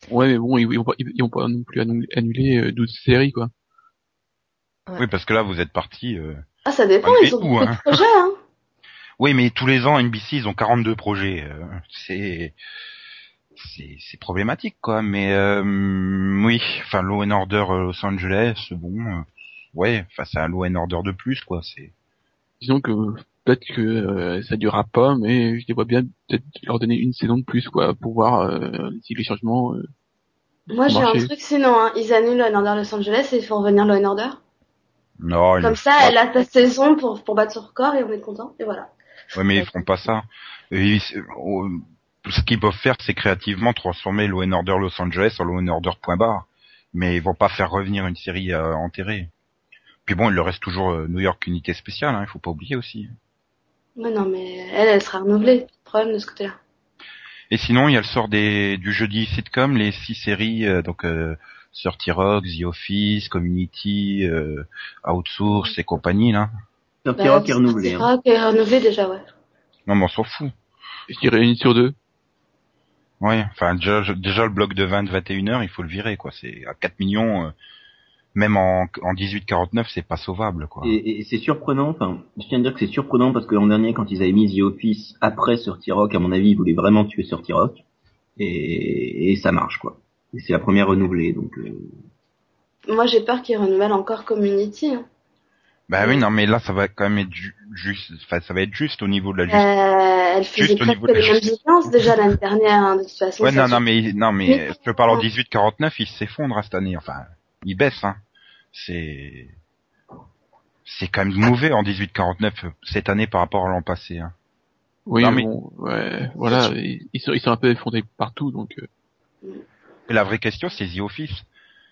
Speaker 7: Ouais, mais bon, ils, ils vont pas, ils, ils vont pas non plus annu- annuler euh, 12 séries, quoi.
Speaker 9: Ouais.
Speaker 2: Oui, parce que là, vous êtes parti. euh.
Speaker 8: Ah, ça dépend,
Speaker 2: Ouais, mais
Speaker 8: ils ont
Speaker 2: où,
Speaker 8: beaucoup
Speaker 2: hein
Speaker 8: de projets, hein.
Speaker 2: Oui, mais tous les ans, NBC, ils ont 42 projets. euh, c'est c'est c'est problématique, quoi. Mais euh, oui, enfin, Law and Order euh, Los Angeles, bon, euh, ouais, enfin, c'est un Law and Order de plus, quoi. C'est
Speaker 7: Disons que peut-être que euh, ça durera pas, mais je les vois bien peut-être leur donner une saison de plus, quoi, pour voir euh, si les changements. euh,
Speaker 8: Moi, j'ai un
Speaker 7: marcher.
Speaker 8: truc, sinon, hein. Ils annulent Law and Order Los Angeles et ils font revenir Law and Order.
Speaker 2: Non, ils le
Speaker 8: Comme ça,
Speaker 2: feront pas.
Speaker 8: elle a sa saison pour, pour battre son record et on est content, et voilà.
Speaker 2: Ouais, mais ils feront pas ça. Et ils- oh, ce qu'ils peuvent faire, c'est créativement transformer Law and Order Los Angeles en Law and Order point barre. Mais ils vont pas faire revenir une série euh, enterrée. Puis bon, il leur reste toujours euh, New York Unité Spéciale, hein, il faut pas oublier aussi.
Speaker 8: Mais non, mais elle, elle sera renouvelée. Pas de Problème de ce côté-là.
Speaker 2: Et sinon, il y a le sort des, du jeudi sitcom, les six séries, euh, donc euh, 30 Rock, The Office, Community, euh, Outsource et compagnie, là.
Speaker 1: Sorti
Speaker 8: Bah,
Speaker 1: Rock est renouvelé. hein.
Speaker 8: Rock est renouvelé déjà, ouais.
Speaker 2: Non, mais on s'en fout.
Speaker 7: Je dirais une sur deux.
Speaker 2: Ouais, enfin déjà, je- déjà le bloc de 20 21 heures, il faut le virer quoi, c'est à 4 millions euh, même en en 18 49, c'est pas sauvable quoi.
Speaker 1: Et, et c'est surprenant, enfin, je tiens à dire que c'est surprenant parce que l'an dernier, quand ils avaient mis The Office après sur T-Rock, à mon avis, ils voulaient vraiment tuer sur T-Rock. Et, et ça marche, quoi. Et c'est la première renouvelée, donc... euh,
Speaker 8: Moi, j'ai peur qu'il renouvelle encore Community. hein.
Speaker 2: Bah oui, non, mais là, ça va quand même être ju- juste, enfin, ça va être juste au niveau de la
Speaker 8: Euh,
Speaker 2: justice.
Speaker 8: elle faisait
Speaker 2: Juste au
Speaker 8: presque
Speaker 2: niveau de la
Speaker 8: les mêmes
Speaker 2: justice.
Speaker 8: audiences déjà l'année dernière, hein, de toute façon.
Speaker 2: ouais,
Speaker 8: ça
Speaker 2: non,
Speaker 8: se-
Speaker 2: non, mais, non, mais,
Speaker 8: Mais-
Speaker 2: je parle en 18-49, il s'effondre à cette année, enfin, il baisse, hein. C'est, c'est quand même mauvais en 18-49, cette année par rapport à l'an passé, hein.
Speaker 7: Oui,
Speaker 2: Non, mais-
Speaker 7: bon, ouais, voilà, ils ils sont, ils sont un peu effondrés partout, donc euh,
Speaker 2: Et la vraie question, c'est The Office.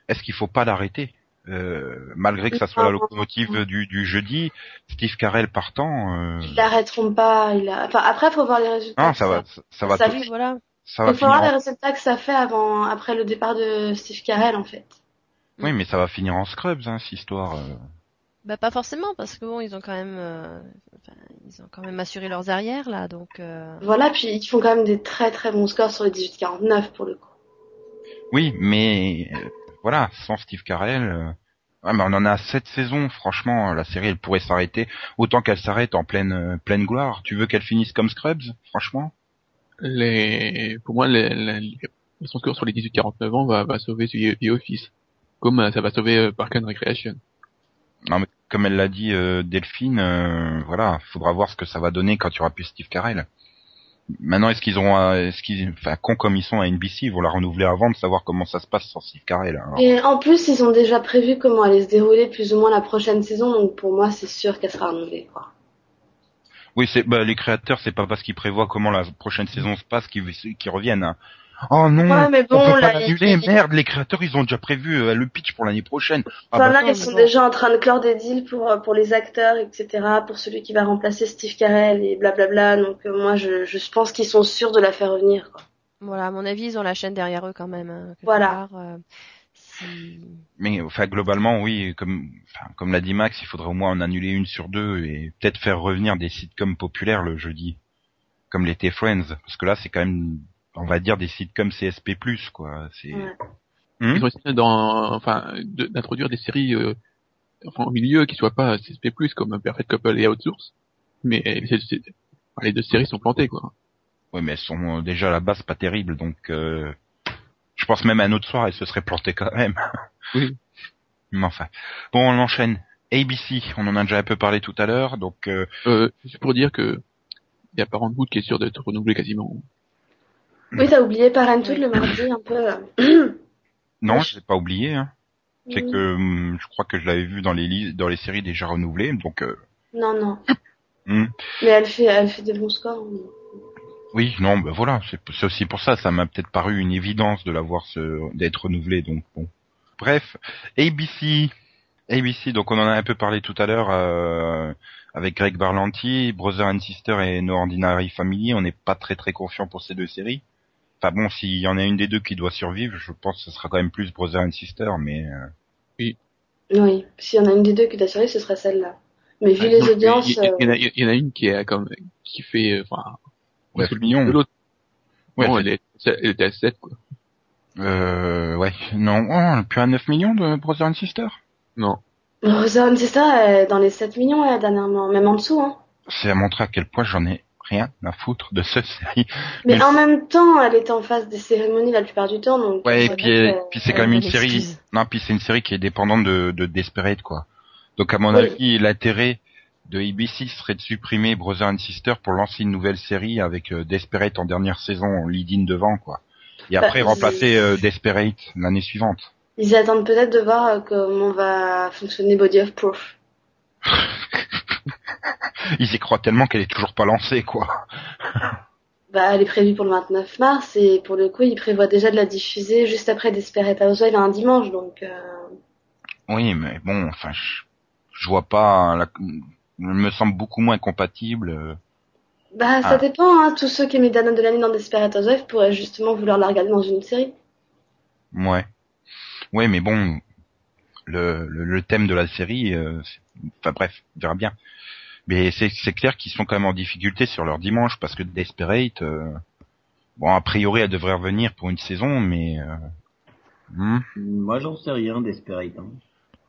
Speaker 2: Est-ce qu'il faut pas l'arrêter Euh, Malgré que ça soit la
Speaker 8: Ah,
Speaker 2: locomotive du, du jeudi, Steve Carell partant, euh,
Speaker 8: Ils l'arrêteront pas. Il a... enfin, après, faut voir les résultats.
Speaker 2: non, Ah, ça va, ça va,
Speaker 8: Ça
Speaker 2: tout-
Speaker 8: lui-
Speaker 9: Voilà.
Speaker 2: ça va
Speaker 8: Il faut voir
Speaker 2: finir.
Speaker 8: les
Speaker 2: En...
Speaker 8: résultats que ça fait avant, après le départ de Steve Carell, en fait.
Speaker 2: Oui, mais ça va finir en Scrubs, hein, cette histoire. euh.
Speaker 9: Bah pas forcément parce que bon ils ont quand même euh, enfin, ils ont quand même assuré leurs arrières là donc euh,
Speaker 8: Voilà, puis ils font quand même des très très bons scores sur les 18-49 pour le coup.
Speaker 2: Oui, mais euh, voilà, sans Steve Carell. euh, ouais, mais on en a sept saisons, franchement, la série elle pourrait s'arrêter autant qu'elle s'arrête en pleine euh, pleine gloire. Tu veux qu'elle finisse comme Scrubs, franchement
Speaker 7: les, pour moi, les, les- son score sur les 18-49 ans va, va sauver The, The Office, comme euh, ça va sauver euh, Park and Recreation.
Speaker 2: Comme elle l'a dit euh, Delphine, euh, voilà, faudra voir ce que ça va donner quand il y aura plus Steve Carell. Maintenant, est-ce qu'ils auront, euh, est-ce qu'ils, enfin, cons comme ils sont à NBC, ils vont la renouveler avant de savoir comment ça se passe sans Steve Carell. hein. alors.
Speaker 8: Et en plus, ils ont déjà prévu comment allait se dérouler plus ou moins la prochaine saison, donc pour moi, c'est sûr qu'elle sera renouvelée, quoi.
Speaker 2: Oui, c'est bah, les créateurs, c'est pas parce qu'ils prévoient comment la prochaine saison se passe qu'ils qu'ils reviennent. hein. Oh non,
Speaker 8: Ouais, mais bon,
Speaker 2: on peut pas
Speaker 8: là,
Speaker 2: l'annuler,
Speaker 8: il-
Speaker 2: merde, les créateurs, ils ont déjà prévu euh, le pitch pour l'année prochaine. Ah
Speaker 8: Enfin,
Speaker 2: bah,
Speaker 8: là, ils
Speaker 9: non, mais
Speaker 8: sont
Speaker 9: bon.
Speaker 8: déjà en train de clore des deals pour, euh, pour les acteurs, etc., pour celui qui va remplacer Steve Carell et blablabla, donc euh, moi, je, je pense qu'ils sont sûrs de la faire revenir, quoi.
Speaker 9: voilà à mon avis ils ont la chaîne derrière eux quand même hein, quelque
Speaker 8: Voilà.
Speaker 9: part, euh, si-
Speaker 2: mais enfin, globalement, oui, comme enfin, comme l'a dit Max, il faudrait au moins en annuler une sur deux et peut-être faire revenir des sitcoms populaires le jeudi, comme l'était Friends, parce que là, c'est quand même, on va dire, des sitcoms CSP+, quoi. C'est
Speaker 8: Ouais.
Speaker 2: Hmm
Speaker 7: Ils ont essayé d'en- enfin, de- d'introduire des séries, euh, enfin, au milieu qui soient pas CSP+, comme euh, Perfect Couple et Outsource, mais euh, c'est- c'est- enfin, les deux séries sont plantées, quoi.
Speaker 2: Ouais, mais elles sont euh, déjà à la base pas terribles, donc euh, je pense même à un autre soir, elles se seraient plantées quand même.
Speaker 7: Oui.
Speaker 2: Mais enfin. Bon, on enchaîne. ABC, on en a déjà un peu parlé tout à l'heure, donc euh,
Speaker 7: Euh, juste pour dire que il y a Parenthood qui est sûr d'être renouvelé quasiment.
Speaker 8: Oui, t'as oublié Parenthood le mardi, un peu. euh.
Speaker 2: non,
Speaker 8: Ouais.
Speaker 2: je l'ai pas oublié. Hein. C'est que hum, je crois que je l'avais vu dans les li- dans les séries déjà renouvelées, donc euh,
Speaker 8: Non, non.
Speaker 2: Hmm.
Speaker 8: Mais elle fait, elle fait des bons scores. hein. mais-
Speaker 2: oui, non, ben voilà, c'est c'est aussi pour ça, ça m'a peut-être paru une évidence de l'avoir ce- d'être renouvelé, donc bon. Bref, ABC. ABC, donc on en a un peu parlé tout à l'heure euh, avec Greg Barlanti, Brother and Sister et No Ordinary Family. On n'est pas très très confiant pour ces deux séries. Enfin bon, s'il y en a une des deux qui doit survivre, je pense que ce sera quand même plus Brother and Sister, mais euh,
Speaker 8: Oui, s'il y en a une des deux qui t'a survécu, ce serait celle-là. Mais
Speaker 2: Ah,
Speaker 8: vu les audiences,
Speaker 7: Ah, Il y,
Speaker 8: euh,
Speaker 7: il y en a- il y en a une qui est euh, comme qui fait euh, enfin
Speaker 2: ouais,
Speaker 7: c'est
Speaker 2: c'est mignon.
Speaker 7: de l'autre.
Speaker 2: Ouais,
Speaker 7: non,
Speaker 2: c'est-
Speaker 7: elle, est, elle était à 7 quoi.
Speaker 2: Euh, ouais, non, oh, plus à 9 millions de Brother and Sister.
Speaker 7: Non.
Speaker 8: Rosanne, c'est ça, euh, dans les 7 millions là, dernièrement, même en dessous. Hein.
Speaker 2: C'est à montrer à quel point j'en ai rien à foutre de cette série.
Speaker 8: Mais,
Speaker 2: Mais-
Speaker 8: en même temps, elle était en face des cérémonies la plupart du temps, donc.
Speaker 2: Ouais, et
Speaker 8: c'est
Speaker 2: puis,
Speaker 8: vrai
Speaker 2: euh,
Speaker 8: que, euh,
Speaker 2: puis c'est
Speaker 9: euh,
Speaker 2: quand même une
Speaker 9: bonne
Speaker 2: série.
Speaker 9: excuse.
Speaker 2: Non, puis c'est une série qui est dépendante de, de Desperate, quoi. Donc à mon
Speaker 8: Oui.
Speaker 2: avis, l'intérêt de ABC serait de supprimer Brother and Sister pour lancer une nouvelle série avec euh, Desperate en dernière saison, lead-in devant, quoi. Et
Speaker 8: Bah,
Speaker 2: après
Speaker 8: ils-
Speaker 2: remplacer euh, Desperate l'année suivante.
Speaker 8: Ils attendent peut-être de voir euh, comment va fonctionner Body of Proof.
Speaker 2: Ils y croient tellement qu'elle est toujours pas lancée, quoi.
Speaker 8: Bah, elle est prévue pour le 29 mars et pour le coup, ils prévoient déjà de la diffuser juste après Desperate Housewives un dimanche, donc. euh,
Speaker 2: Oui, mais bon, enfin, je, je vois pas. La, elle me semble beaucoup moins compatible. euh, Ah.
Speaker 8: Bah, ça dépend, hein. Tous ceux qui aimaient Dana Delany dans Desperate Housewives pourraient justement vouloir la regarder dans une série.
Speaker 2: Ouais. Ouais, mais bon, le, le, le thème de la série, euh, c'est- enfin bref, on verra bien. Mais c'est c'est clair qu'ils sont quand même en difficulté sur leur dimanche parce que Desperate, euh, bon, a priori, elle devrait revenir pour une saison, mais euh, hmm.
Speaker 1: Moi, j'en sais rien d'Esperate. hein.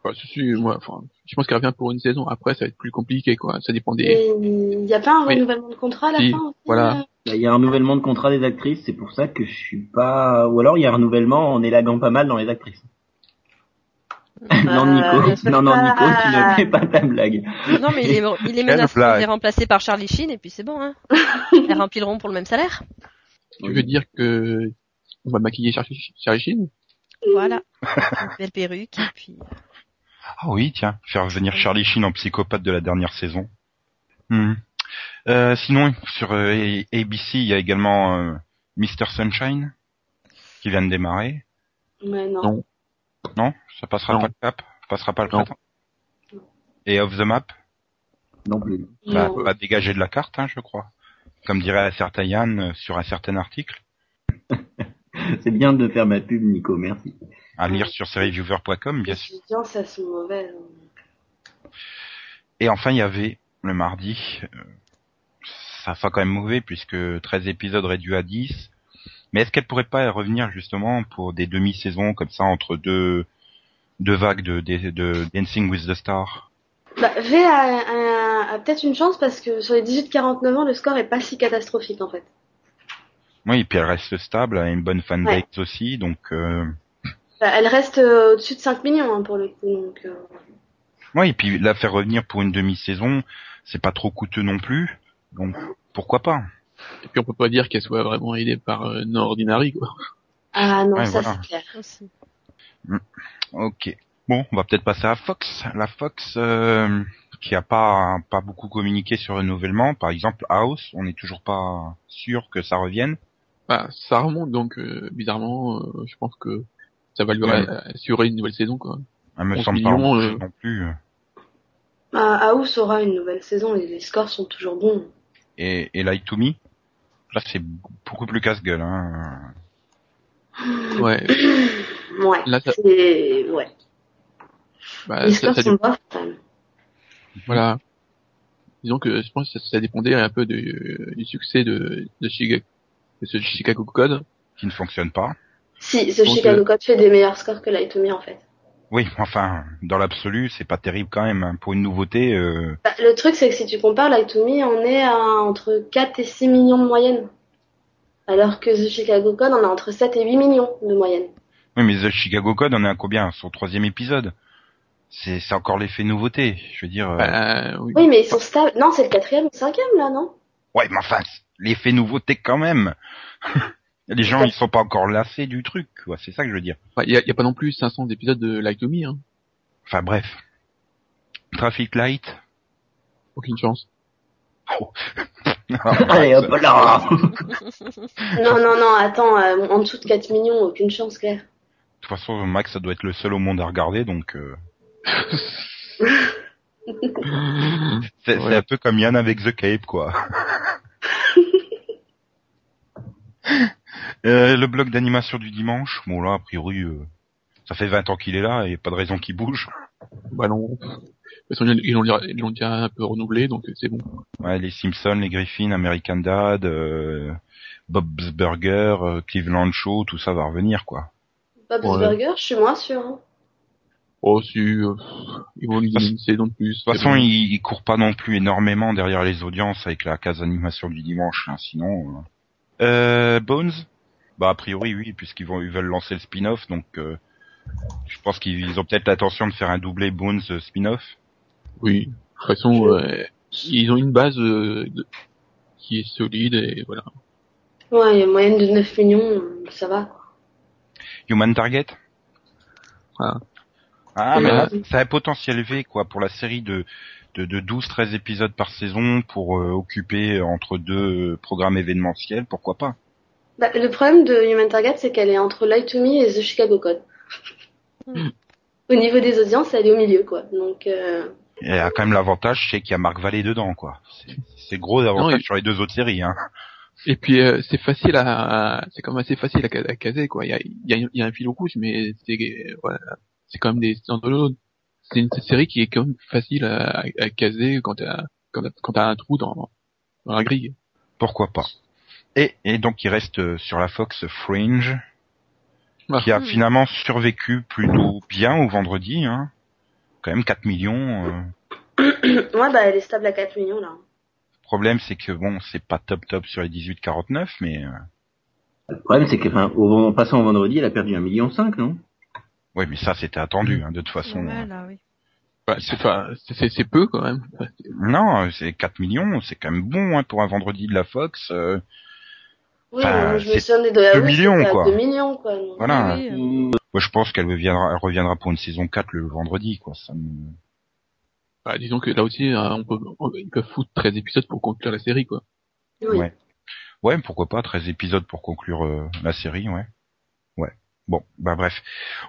Speaker 7: Enfin, je suis- moi enfin je pense qu'elle revient pour une saison après ça va être plus compliqué quoi, ça dépend des
Speaker 8: Mais il n'y a pas un
Speaker 7: Oui.
Speaker 8: renouvellement de contrat à la
Speaker 7: Si,
Speaker 8: fin aussi,
Speaker 7: voilà.
Speaker 8: euh,
Speaker 1: Là, Il y a un renouvellement de contrat des actrices, c'est pour ça que je suis pas. Ou alors il y a un renouvellement en élaguant pas mal dans les actrices. non, Nico,
Speaker 8: Euh,
Speaker 1: non, non, Nico, tu ne
Speaker 8: ah.
Speaker 1: fais pas ta blague.
Speaker 9: Non, mais il est, il est
Speaker 2: Quelle
Speaker 9: menaçant,
Speaker 2: blague.
Speaker 9: il est remplacé par Charlie Sheen et puis c'est bon. Hein. Elles rempliront pour le même salaire.
Speaker 7: Tu veux dire que on va maquiller Charlie Charlie Sheen
Speaker 9: Voilà. Une belle perruque et puis.
Speaker 2: Ah oui, tiens, faire revenir Charlie Sheen en psychopathe de la dernière saison. Hmm. Euh, sinon, sur euh, A- ABC, il y a également euh, Mr. Sunshine qui vient de démarrer.
Speaker 8: Mais non.
Speaker 7: Non.
Speaker 2: Non, ça passera
Speaker 7: Non.
Speaker 2: pas le cap, ça passera pas le
Speaker 7: Non.
Speaker 2: printemps. Et Off the Map,
Speaker 1: Non plus.
Speaker 2: bah,
Speaker 8: Non.
Speaker 2: pas dégagé de la carte, hein, je crois. Comme dirait un certain Yann euh, sur un certain article,
Speaker 1: C'est bien de faire ma pub, Nico, merci.
Speaker 2: à lire sur serieviewer.com, bien
Speaker 8: Les
Speaker 2: sûr.
Speaker 8: audiences, elles sont mauvaises. hein.
Speaker 2: Et enfin, il y avait le mardi. euh, Ça sent quand même mauvais puisque 13 épisodes réduits à 10. Mais est-ce qu'elle pourrait pas revenir justement pour des demi-saisons comme ça entre deux deux vagues de, de, de Dancing with the Star
Speaker 8: Bah, V a, a- a peut-être une chance parce que sur les 18-49 ans, le score est pas si catastrophique en fait.
Speaker 2: Oui, et puis elle reste stable, elle a une bonne fanbase aussi, donc euh,
Speaker 8: Bah, elle reste euh, au-dessus de 5 millions hein, pour le coup. Donc, euh,
Speaker 2: ouais, et puis la faire revenir pour une demi-saison, c'est pas trop coûteux non plus, donc pourquoi pas
Speaker 7: Et puis on peut pas dire qu'elle soit vraiment aidée par euh, Nord Ordinary quoi.
Speaker 8: Ah non,
Speaker 2: Ouais,
Speaker 8: ça
Speaker 2: voilà.
Speaker 8: c'est clair.
Speaker 9: Aussi.
Speaker 2: Ok. Bon, on va peut-être passer à Fox. La Fox euh, qui a pas pas beaucoup communiqué sur le renouvellement. Par exemple, House, on n'est toujours pas sûr que ça revienne.
Speaker 7: Bah ça remonte donc euh, bizarrement euh, je pense que ça va lui
Speaker 2: Ouais.
Speaker 7: assurer une nouvelle saison quoi.
Speaker 2: Elle me
Speaker 7: 11
Speaker 2: semble pas
Speaker 7: millions,
Speaker 2: ambitieuse
Speaker 7: euh.
Speaker 2: non plus.
Speaker 8: Bah, House aura une nouvelle saison et les scores sont toujours bons.
Speaker 2: Et, et Light to Me, là c'est beaucoup plus casse-gueule. Hein.
Speaker 7: Ouais.
Speaker 8: Ouais.
Speaker 7: Là, ça-
Speaker 8: c'est- ouais.
Speaker 7: Bah,
Speaker 8: les
Speaker 7: ça,
Speaker 8: scores
Speaker 7: ça,
Speaker 8: sont bof quand même.
Speaker 7: Voilà. Disons que je pense que ça, ça dépendait un peu du, du succès de, de, Chiga- de ce Chicago Code.
Speaker 2: Qui ne fonctionne pas.
Speaker 8: Si, ce
Speaker 7: Donc,
Speaker 8: Chicago
Speaker 7: euh,
Speaker 8: Code fait des meilleurs scores que Light to Me en fait.
Speaker 2: Oui, enfin, dans l'absolu, c'est pas terrible quand même. hein. Pour une nouveauté, euh,
Speaker 8: Bah, le truc c'est que si tu compares Light to Me, on est à entre 4 et 6 millions de moyenne. Alors que The Chicago Code, on a entre 7 et 8 millions de moyenne.
Speaker 2: oui, mais The Chicago Code, on est à combien Son troisième épisode. C'est c'est encore l'effet nouveauté. Je veux dire. euh,
Speaker 7: Bah, oui.
Speaker 8: Oui, mais ils sont stables. Non, c'est le quatrième ou le cinquième là, non
Speaker 2: Ouais, mais enfin, l'effet nouveauté quand même. Les gens, ils sont pas encore lassés du truc, quoi. C'est ça que je veux dire.
Speaker 7: Enfin, Il n'y a, il y a pas non plus 500 épisodes de Like to Me, hein.
Speaker 2: Enfin, bref. Traffic Light.
Speaker 7: Aucune chance.
Speaker 1: Allez, hop là
Speaker 8: Non, non, non, attends, euh, en dessous de 4 millions, aucune chance, Claire.
Speaker 2: De toute façon, Max, ça doit être le seul au monde à regarder, donc euh, c'est c'est
Speaker 7: Ouais.
Speaker 2: un peu comme Yann avec The Cape, quoi. Euh, le bloc d'animation du dimanche, bon là, a priori, euh, ça fait 20 ans qu'il est là et pas de raison qu'il bouge.
Speaker 7: bah non. De toute façon, ils ils l'ont déjà- ils l'ont déjà un peu renouvelé, donc c'est bon.
Speaker 2: Ouais, les Simpsons, les Griffins, American Dad, euh, Bob's Burger, euh, Cleveland Show, tout ça va revenir quoi.
Speaker 8: Bob's
Speaker 7: Ouais.
Speaker 8: Burger, je suis moins sûre. hein.
Speaker 7: Oh, si, euh, ils vont lui donner une saison de plus.
Speaker 2: De toute
Speaker 7: c'est
Speaker 2: façon,
Speaker 7: bon.
Speaker 2: ils, ils courent pas non plus énormément derrière les audiences avec la case animation du dimanche, hein, sinon. Euh... Euh, Bones, bah a priori oui, puisqu'ils vont ils veulent lancer le spin-off, donc euh, je pense qu'ils ont peut-être l'intention de faire un doublé Bones euh, spin-off.
Speaker 7: Oui. De toute façon, euh, ils ont une base euh, de- qui est solide et voilà.
Speaker 8: Ouais, il y a moyenne de 9 millions, euh, ça va. quoi.
Speaker 2: Human Target
Speaker 7: Ah.
Speaker 2: Ah,
Speaker 7: Oui,
Speaker 2: mais
Speaker 7: oui.
Speaker 2: là, ça a un potentiel élevé, quoi, pour la série de, de, de 12-13 épisodes par saison, pour euh, occuper entre deux programmes événementiels, pourquoi pas
Speaker 8: Bah, le problème de Human Target, c'est qu'elle est entre Light to Me et The Chicago Code.
Speaker 9: Hmm.
Speaker 8: Au niveau des audiences, elle est au milieu, quoi. Donc, euh,
Speaker 2: Et elle a quand même l'avantage, c'est qu'il y a Marc Vallée dedans, quoi. C'est- C'est gros l'avantage
Speaker 7: Non, et-
Speaker 2: sur les deux autres séries, hein.
Speaker 7: Et puis euh, c'est facile à, c'est quand même assez facile à, ca- à caser quoi. Il y a, il y, a, il y a un fil rouge, mais c'est euh, voilà, c'est quand même des standalone. C'est une série qui est quand même facile à, à- à caser quand t'as quand t'as- quand t'as un trou dans dans la grille.
Speaker 2: Pourquoi pas et, et donc, il reste euh, sur la Fox Fringe,
Speaker 7: Ah.
Speaker 2: qui a
Speaker 9: Hmm.
Speaker 2: finalement survécu plutôt bien au vendredi, hein. Quand même 4 millions... euh,
Speaker 8: ouais, bah, elle est stable à 4 millions, là.
Speaker 2: Le problème, c'est que bon, c'est pas top top sur les 18-49, mais euh,
Speaker 1: Le problème, c'est qu'en enfin, au- en passant au vendredi, elle a perdu un million cinq, non
Speaker 2: Oui, mais ça, c'était
Speaker 9: Mmh.
Speaker 2: attendu, hein, de toute façon.
Speaker 9: Voilà, oui.
Speaker 7: Bah, c'est, enfin, c'est- c'est- c'est peu quand même. Enfin, c'est-
Speaker 2: euh. Non, c'est 4 millions, c'est quand même bon hein, pour un vendredi de la Fox. euh,
Speaker 8: Oui,
Speaker 2: Bah,
Speaker 8: moi, je me
Speaker 2: c'est
Speaker 8: souviens des deux
Speaker 2: 2 millions, quoi.
Speaker 8: 2 millions, quoi. donc.
Speaker 2: voilà.
Speaker 9: Oui, oui,
Speaker 2: Moi, je pense qu'elle reviendra, elle reviendra pour une saison 4 le vendredi, quoi. Ça me-
Speaker 7: bah, disons que là aussi, hein, on peut, on- ils peuvent foutre 13 épisodes pour conclure la série, quoi.
Speaker 8: Oui.
Speaker 2: Ouais. Ouais, pourquoi pas, 13 épisodes pour conclure euh, la série, ouais. Ouais. Bon, bah bref.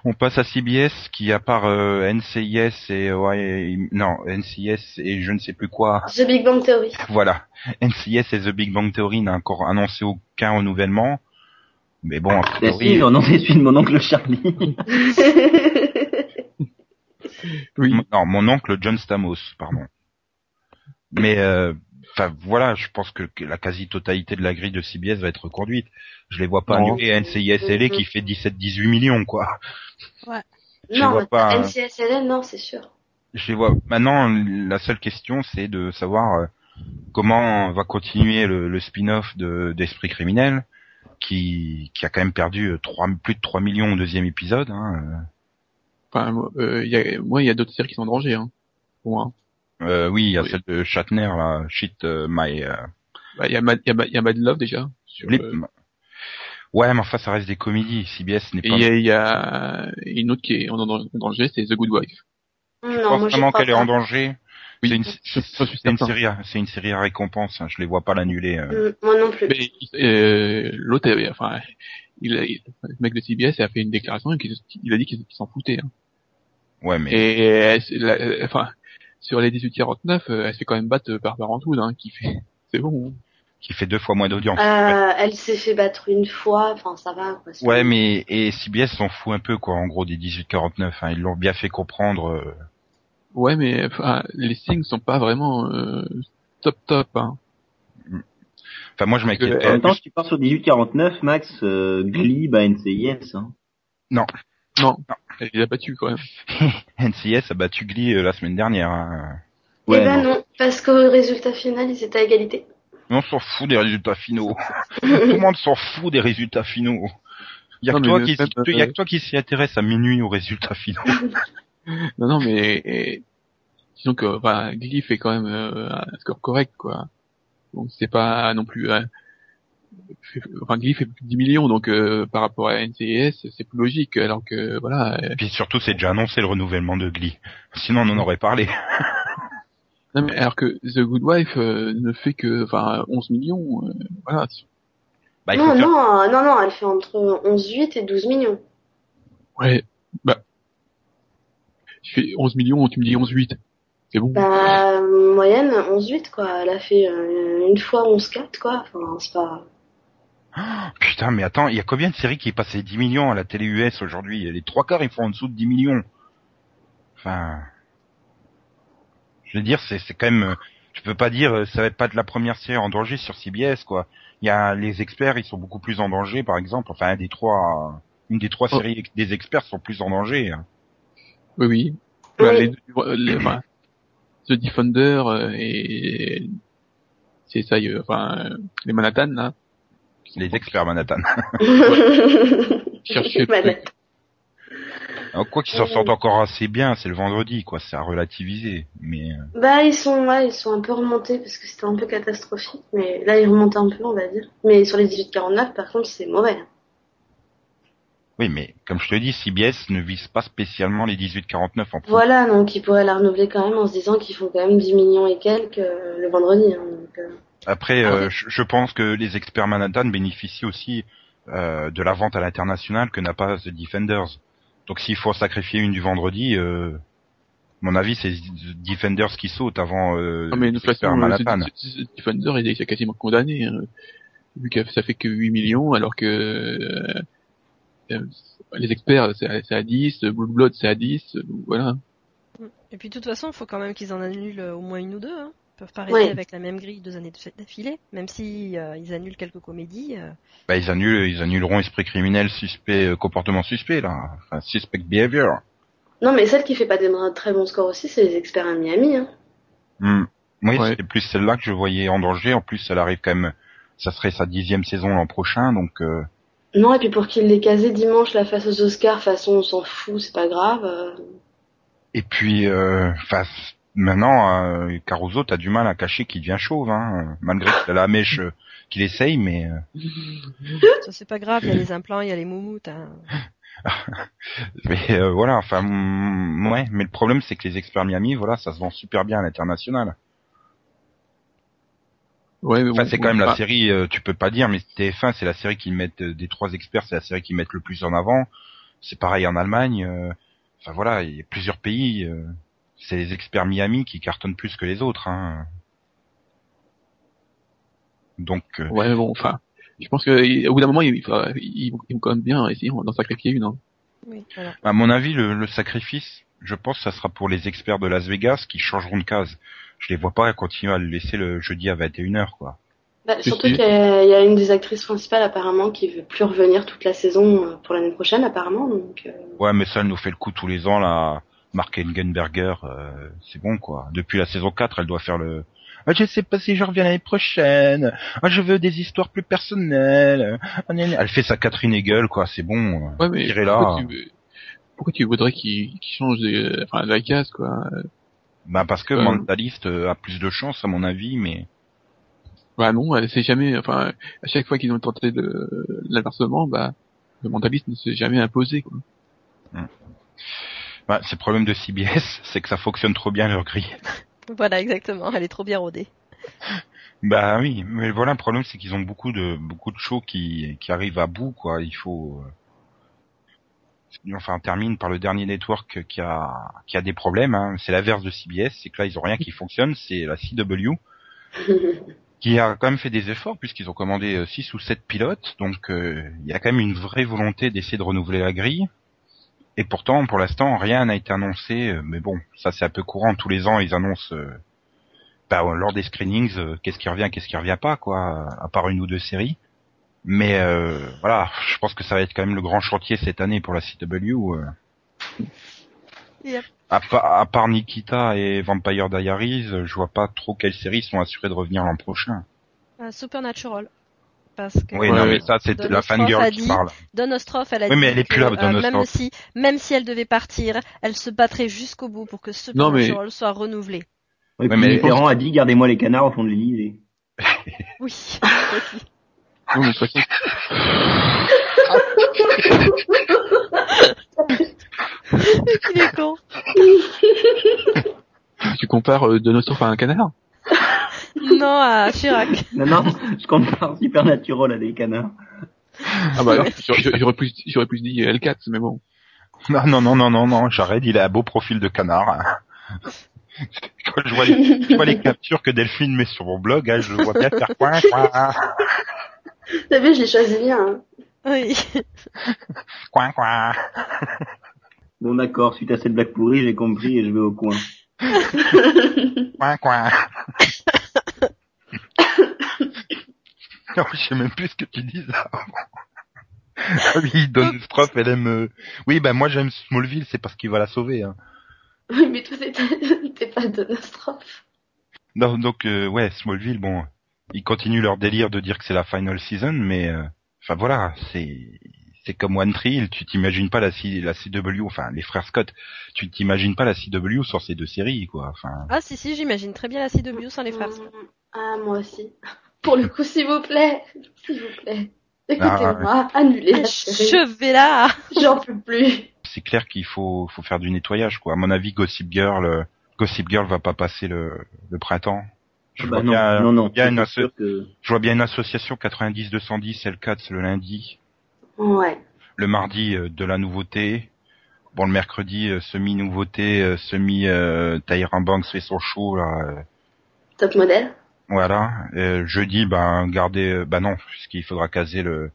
Speaker 2: On passe à CBS qui, à part euh, NCIS et... ouais, non, NCIS et je ne sais plus quoi,
Speaker 8: The Big Bang Theory.
Speaker 2: voilà. NCIS et The Big Bang Theory n'a encore annoncé aucun renouvellement. Mais bon, a
Speaker 1: Bah
Speaker 2: priori...
Speaker 1: si, j'en ai celui de mon oncle Charlie.
Speaker 7: Oui.
Speaker 2: M- Non, mon oncle John Stamos, pardon. Mais euh, enfin voilà, je pense que que la quasi-totalité de la grille de CBS va être reconduite. Je les vois pas
Speaker 1: Non.
Speaker 2: annuler NCISLA E qui fait 17-18 millions quoi. Je
Speaker 8: non,
Speaker 2: vois
Speaker 8: mais
Speaker 2: pas, hein.
Speaker 8: NCSLN, non, c'est sûr.
Speaker 2: Je les vois. Maintenant, la seule question c'est de savoir euh, comment va continuer le, le spin-off de d'Esprit criminel qui qui a quand même perdu euh, trois- plus de 3 millions au deuxième épisode. Hein.
Speaker 7: Enfin, moi, euh, il y a, moi, il y a d'autres séries qui sont en danger, hein. Pour moi.
Speaker 2: Euh, oui, il y a
Speaker 7: Oui.
Speaker 2: celle de Shatner là, shit euh, my euh,
Speaker 7: Bah, il y a Mad, il y a Mad- il y a Mad Love déjà. Sur,
Speaker 2: Blip.
Speaker 7: euh,
Speaker 2: Ouais, mais enfin, ça reste des comédies. CBS n'est
Speaker 7: et
Speaker 2: pas.
Speaker 7: il y a, il y a une autre qui est en en danger, c'est The Good Wife.
Speaker 2: Je
Speaker 8: Non,
Speaker 2: pense
Speaker 8: moi, j'y
Speaker 2: vraiment
Speaker 8: crois
Speaker 2: qu'elle est en
Speaker 8: pas.
Speaker 2: danger.
Speaker 7: Oui,
Speaker 2: c'est une,
Speaker 7: je- je suis
Speaker 2: c'est une
Speaker 7: certain.
Speaker 2: série, à- c'est une série à récompense. hein. Je les vois pas l'annuler. euh.
Speaker 8: Mm, Moi non plus.
Speaker 7: Mais euh, l'autre, euh, enfin, il, a- il- le mec de CBS a fait une déclaration et qu'il- il a dit qu'il s'en foutait. hein.
Speaker 8: Mm.
Speaker 2: Ouais, mais
Speaker 7: Et euh, c'est la- euh, enfin, sur les 1849, euh, elle se fait quand même battre par Parenthood, hein, qui fait. C'est bon. hein.
Speaker 2: qui fait deux fois moins d'audience.
Speaker 8: Euh, elle s'est fait battre une fois, enfin ça va quoi. Eh c'est-
Speaker 2: Ouais, mais et CBS s'en fout un peu quoi. En gros, des 18-49. hein. Ils l'ont bien fait comprendre. euh.
Speaker 7: Ouais, mais enfin, les signes sont pas vraiment euh, top top. Hein.
Speaker 2: Enfin, moi, je m'inquiète.
Speaker 7: Euh,
Speaker 2: pas.
Speaker 1: en même temps, si tu pars sur 1849, Max, euh, Glee, bah, NCIS, hein.
Speaker 7: Non, elle les a battus quand même.
Speaker 2: NCIS a battu Glee euh, la semaine dernière. hein.
Speaker 8: eh ben
Speaker 1: bon.
Speaker 8: non, parce qu'au résultat final, ils étaient à égalité.
Speaker 2: Mais on s'en fout des résultats finaux. Tout le monde s'en fout des résultats finaux. Il y a,
Speaker 7: Non,
Speaker 2: que
Speaker 7: mais
Speaker 2: toi
Speaker 7: le
Speaker 2: qui,
Speaker 7: fait,
Speaker 2: y a
Speaker 7: euh,
Speaker 2: que toi qui s'y intéresse à minuit aux résultats finaux.
Speaker 7: Non, non, mais et- disons que enfin, Glee fait quand même euh, un score correct, quoi. Donc c'est pas non plus. euh, fait- enfin, Glee fait plus de 10 millions, donc euh, par rapport à NCIS, c'est plus logique. Alors que voilà. euh,
Speaker 2: Et puis surtout, c'est déjà annoncé le renouvellement de Glee. Sinon, on en aurait parlé.
Speaker 7: non, mais alors que The Good Wife euh, ne fait que enfin 11 millions. euh, voilà.
Speaker 2: Bah, il faut
Speaker 8: non,
Speaker 2: faire-
Speaker 8: non, euh, non, non, elle fait entre 11,8 et 12 millions.
Speaker 7: Ouais. Bah, je fais 11 millions, tu me dis 11,8. C'est bon.
Speaker 8: Bah, euh, moyenne, 11,8 quoi. Elle a fait euh, une fois 11,4 quoi. Enfin, c'est pas.
Speaker 2: Putain, mais attends, il y a combien de séries qui est passé 10 millions à la télé US aujourd'hui Les trois quarts, ils font en dessous de 10 millions. Enfin... Je veux dire, c'est c'est quand même... euh, Tu peux pas dire, euh, ça va être pas de la première série en danger sur CBS, quoi. Il y a les experts, ils sont beaucoup plus en danger, par exemple. Enfin, un des trois... euh, Une des trois
Speaker 7: Oh.
Speaker 2: séries ex- des experts sont plus en danger. hein.
Speaker 7: Oui, oui. Bah,
Speaker 8: Oui.
Speaker 7: les deux, euh, les- enfin, The Defender euh, et c'est ça, euh, enfin euh, les Manhattan là.
Speaker 2: Les experts Manhattan.
Speaker 7: Cherchez le
Speaker 8: Manhattan.
Speaker 7: truc.
Speaker 2: Alors, Oh, quoi qu'ils s'en
Speaker 8: Oui.
Speaker 2: sortent encore assez bien, c'est le vendredi, quoi. C'est à relativiser. Mais euh,
Speaker 8: Bah ils sont ouais, ils sont un peu remontés parce que c'était un peu catastrophique, mais là ils remontent un peu on va dire. Mais sur les 18-49 par contre c'est mauvais. hein.
Speaker 2: oui, mais comme je te dis, CBS ne vise pas spécialement les 18-49 en plus.
Speaker 8: Voilà donc ils pourraient la renouveler quand même en se disant qu'ils font quand même 10 millions et quelques euh, le vendredi. hein, donc, euh.
Speaker 2: Après, euh, je, je pense que les experts Manhattan bénéficient aussi euh, de la vente à l'international que n'a pas The Defenders. Donc s'il faut sacrifier une du vendredi, euh, à mon avis, c'est The Defenders qui saute avant euh,
Speaker 7: Non, mais de
Speaker 2: les
Speaker 7: toute façon,
Speaker 2: experts
Speaker 7: euh,
Speaker 2: Manhattan.
Speaker 7: The- The- The Defender il est déjà quasiment condamné hein, vu que ça fait que 8 millions alors que euh, euh, les experts c'est à, c'est à 10, Blue Blood c'est à 10, euh, voilà.
Speaker 9: oui. Et puis de toute façon, il faut quand même qu'ils en annulent euh, au moins une ou deux. Hein. Ils peuvent pas
Speaker 8: Ouais.
Speaker 9: rester avec la même grille deux années de- d'affilée, même si euh, ils annulent quelques comédies. euh.
Speaker 2: Bah, ils, annulent, ils annuleront esprit criminel, suspect, euh, comportement suspect, là. Enfin, suspect behavior.
Speaker 8: Non mais celle qui fait pas des très bons scores aussi c'est les experts à Miami. Hein.
Speaker 2: Hmm. Oui,
Speaker 7: Ouais.
Speaker 2: c'était plus celle-là que je voyais en danger. En plus, elle arrive quand même. Ça serait sa dixième saison l'an prochain, donc euh,
Speaker 8: Non, et puis pour qu'il l'ait casé dimanche la face aux Oscars, façon on s'en fout, c'est pas grave. euh,
Speaker 2: Et puis, euh, face- maintenant, euh, Caruso, t'as du mal à cacher qu'il devient chauve, hein, euh, malgré que t'as la mèche euh, qu'il essaye, mais euh,
Speaker 9: Ça, c'est pas grave, il y a les implants, il y a les moumoutes. hein.
Speaker 2: mais euh, voilà, enfin, mm, ouais. Mais le problème, c'est que les experts Miami, voilà, ça se vend super bien à l'international.
Speaker 7: Ouais, mais
Speaker 2: Enfin,
Speaker 7: bon,
Speaker 2: c'est quand même la
Speaker 7: bah,
Speaker 2: série, euh, tu peux pas dire, mais TF1, c'est la série qu'ils mettent euh, des trois experts, c'est la série qu'ils mettent le plus en avant. C'est pareil en Allemagne. euh, Enfin voilà, il y a plusieurs pays. euh, c'est les experts Miami qui cartonnent plus que les autres. Hein. Donc euh,
Speaker 7: Ouais, mais bon, enfin, je pense que au bout d'un moment, ils, enfin, ils vont ils vont quand même bien essayer d'en sacrifier une. hein.
Speaker 9: Oui, voilà.
Speaker 2: À mon avis, le, le sacrifice, je pense, ça sera pour les experts de Las Vegas qui changeront de case. Je les vois pas continuer à le laisser le jeudi à 21h, quoi.
Speaker 8: bah,
Speaker 7: Si,
Speaker 8: surtout
Speaker 7: si.
Speaker 8: qu'il y, a il y a une des actrices principales apparemment qui veut plus revenir toute la saison euh, pour l'année prochaine apparemment. Donc, euh,
Speaker 2: Ouais, mais ça, elle nous fait le coup tous les ans, là. Mark Engenberger, euh, c'est bon, quoi. Depuis la saison 4, elle doit faire le... Ah, je sais pas si je reviens l'année prochaine. Ah, je veux des histoires plus personnelles. Ah, gna gna. Elle fait sa Catherine Hegel, quoi. C'est bon.
Speaker 7: Ouais, mais
Speaker 2: Tirez là.
Speaker 7: pourquoi tu, veux- pourquoi tu voudrais qu'ils qu'ils changent de, enfin, de la case, quoi
Speaker 2: Bah, parce que
Speaker 7: Euh.
Speaker 2: Mentaliste euh, a plus de chance, à mon avis, mais...
Speaker 7: Bah non, elle sait jamais. Enfin, à chaque fois qu'ils ont tenté de l'inversement, bah le mentaliste ne s'est jamais imposé. Quoi.
Speaker 2: Bah, c'est le problème de CBS, c'est que ça fonctionne trop bien, leur grille.
Speaker 9: Voilà, exactement, elle est trop bien rodée.
Speaker 2: Bah oui, mais voilà le problème, c'est qu'ils ont beaucoup de beaucoup de shows qui qui arrivent à bout quoi. Il faut euh, enfin on termine par le dernier network qui a qui a des problèmes. hein. C'est l'inverse de CBS, c'est que là ils ont rien qui fonctionne. C'est la CW qui a quand même fait des efforts puisqu'ils ont commandé 6 ou 7 pilotes, donc euh, il y a quand même une vraie volonté d'essayer de renouveler la grille. Et pourtant, pour l'instant, rien n'a été annoncé. euh, Mais bon, ça c'est un peu courant. Tous les ans, ils annoncent euh, bah, euh, lors des screenings, euh, qu'est-ce qui revient, qu'est-ce qui revient pas, quoi, à part une ou deux séries. Mais euh, voilà, je pense que ça va être quand même le grand chantier cette année pour la CW. euh.
Speaker 9: Yep.
Speaker 2: À, pa- à part Nikita et Vampire Diaries, euh, je vois pas trop quelles séries sont assurées de revenir l'an prochain.
Speaker 9: Euh, Supernatural. Parce que
Speaker 2: Oui,
Speaker 7: Ouais,
Speaker 2: non,
Speaker 7: ouais.
Speaker 2: mais ça, c'est
Speaker 9: Donald
Speaker 2: la
Speaker 9: Trump a
Speaker 2: fangirl
Speaker 9: dit-
Speaker 2: qui parle.
Speaker 9: Don Ostroff, elle a
Speaker 2: Oui,
Speaker 9: dit
Speaker 2: mais elle est
Speaker 9: que,
Speaker 2: plus là, Don
Speaker 9: euh, même
Speaker 2: Ostroff.
Speaker 9: si, même si elle devait partir, elle se battrait jusqu'au bout pour que
Speaker 7: Non, mais-
Speaker 9: Supernatural soit renouvelé.
Speaker 1: Oui,
Speaker 2: mais
Speaker 1: mais
Speaker 2: je pense-
Speaker 1: Ferrand a dit, gardez-moi les canards au fond de l'Élysée.
Speaker 9: Oui.
Speaker 7: Non, mais de toute façon,
Speaker 9: Il est con.
Speaker 7: tu compares euh, Donostorf à un canard.
Speaker 9: Non, à Chirac.
Speaker 1: Non, non, je compare Supernatural à des canards.
Speaker 7: Ah bah alors, j'aurais j'aurais plus, j'aurais plus dit L4, mais bon.
Speaker 2: Non, non, non, non, non, non, j'arrête, il a un beau profil de canard. hein. Quand je vois les, je vois les captures que Delphine met sur mon blog, hein, je le vois bien faire coin, coin,
Speaker 8: T'as vu, je l'ai choisi bien. hein.
Speaker 9: Oui.
Speaker 2: coin, coin.
Speaker 1: Bon d'accord, suite à cette blague pourrie, j'ai compris et je vais au coin.
Speaker 8: hein.
Speaker 2: Coin, coin. non, je sais même plus ce que tu dis là. ah oui, Don Stroff, elle aime. euh, Oui, ben moi j'aime Smallville, c'est parce qu'il va la sauver. Hein.
Speaker 8: Oui, mais toi, t'es- t'es t'es pas Donostrophe.
Speaker 2: Non, donc euh, ouais, Smallville, bon, ils continuent leur délire de dire que c'est la final season, mais euh, enfin voilà, c'est c'est comme One Tree Hill, tu t'imagines pas la, C- la CW, enfin les frères Scott, tu t'imagines pas la CW sans ces deux séries, quoi. Enfin,
Speaker 9: Ah, si, si, j'imagine très bien la CW sans hein, les frères. Scott.
Speaker 8: Mmh. Ah, moi aussi. Pour le coup, s'il vous plaît, s'il vous plaît,
Speaker 2: Ah,
Speaker 8: écoutez-moi, annulez
Speaker 9: Ah,
Speaker 8: la série.
Speaker 9: Chevela.
Speaker 8: J'en peux plus.
Speaker 2: c'est clair qu'il faut faut faire du nettoyage, quoi. À mon avis, Gossip Girl, euh, Gossip Girl va pas passer le, le printemps. Je
Speaker 1: Ah
Speaker 2: vois
Speaker 1: bah non,
Speaker 2: bien-
Speaker 1: non, non,
Speaker 2: il y a une
Speaker 1: c'est sûr que-
Speaker 2: Je vois bien une association 90-210 L4 le lundi,
Speaker 8: Ouais.
Speaker 2: le mardi euh, de la nouveauté. Bon, le mercredi, euh, semi-nouveauté, euh, semi euh, Tyra Banks fait son show, là, euh,
Speaker 8: Top modèle.
Speaker 2: voilà. Euh, jeudi, ben, gardez, euh, ben non, puisqu'il faudra caser le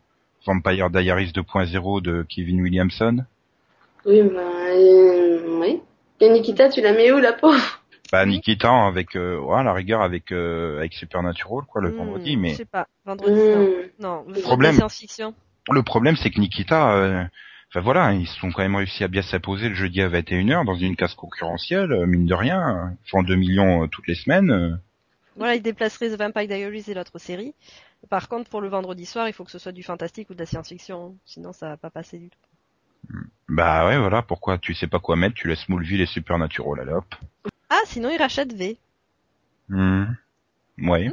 Speaker 2: Vampire Diaries 2.0 de Kevin Williamson.
Speaker 8: Oui, bah, euh, oui. Et Nikita, tu la mets où, la pauvre
Speaker 2: Ben, Nikita avec, euh, ouais, à la rigueur avec, euh, avec Supernatural, quoi, le vendredi,
Speaker 9: Hmm,
Speaker 2: mais
Speaker 9: Je sais pas. Vendredi, non.
Speaker 8: Mmh.
Speaker 9: Non,
Speaker 2: problème.
Speaker 9: la science-fiction.
Speaker 2: le problème, c'est que Nikita, euh, enfin voilà, ils sont quand même réussi à bien s'imposer le jeudi à 21h dans une case concurrentielle, euh, mine de rien. Ils font 2 millions euh, toutes les semaines. euh.
Speaker 9: Voilà, ils déplaceraient The Vampire Diaries et l'autre série. Par contre, pour le vendredi soir, il faut que ce soit du fantastique ou de la science-fiction, sinon ça va pas passer du tout.
Speaker 2: Bah ouais, voilà, pourquoi tu sais pas quoi mettre, tu laisses Smallville et Supernatural à l'op.
Speaker 9: Ah, sinon il rachète V.
Speaker 2: Hmm. Ouais.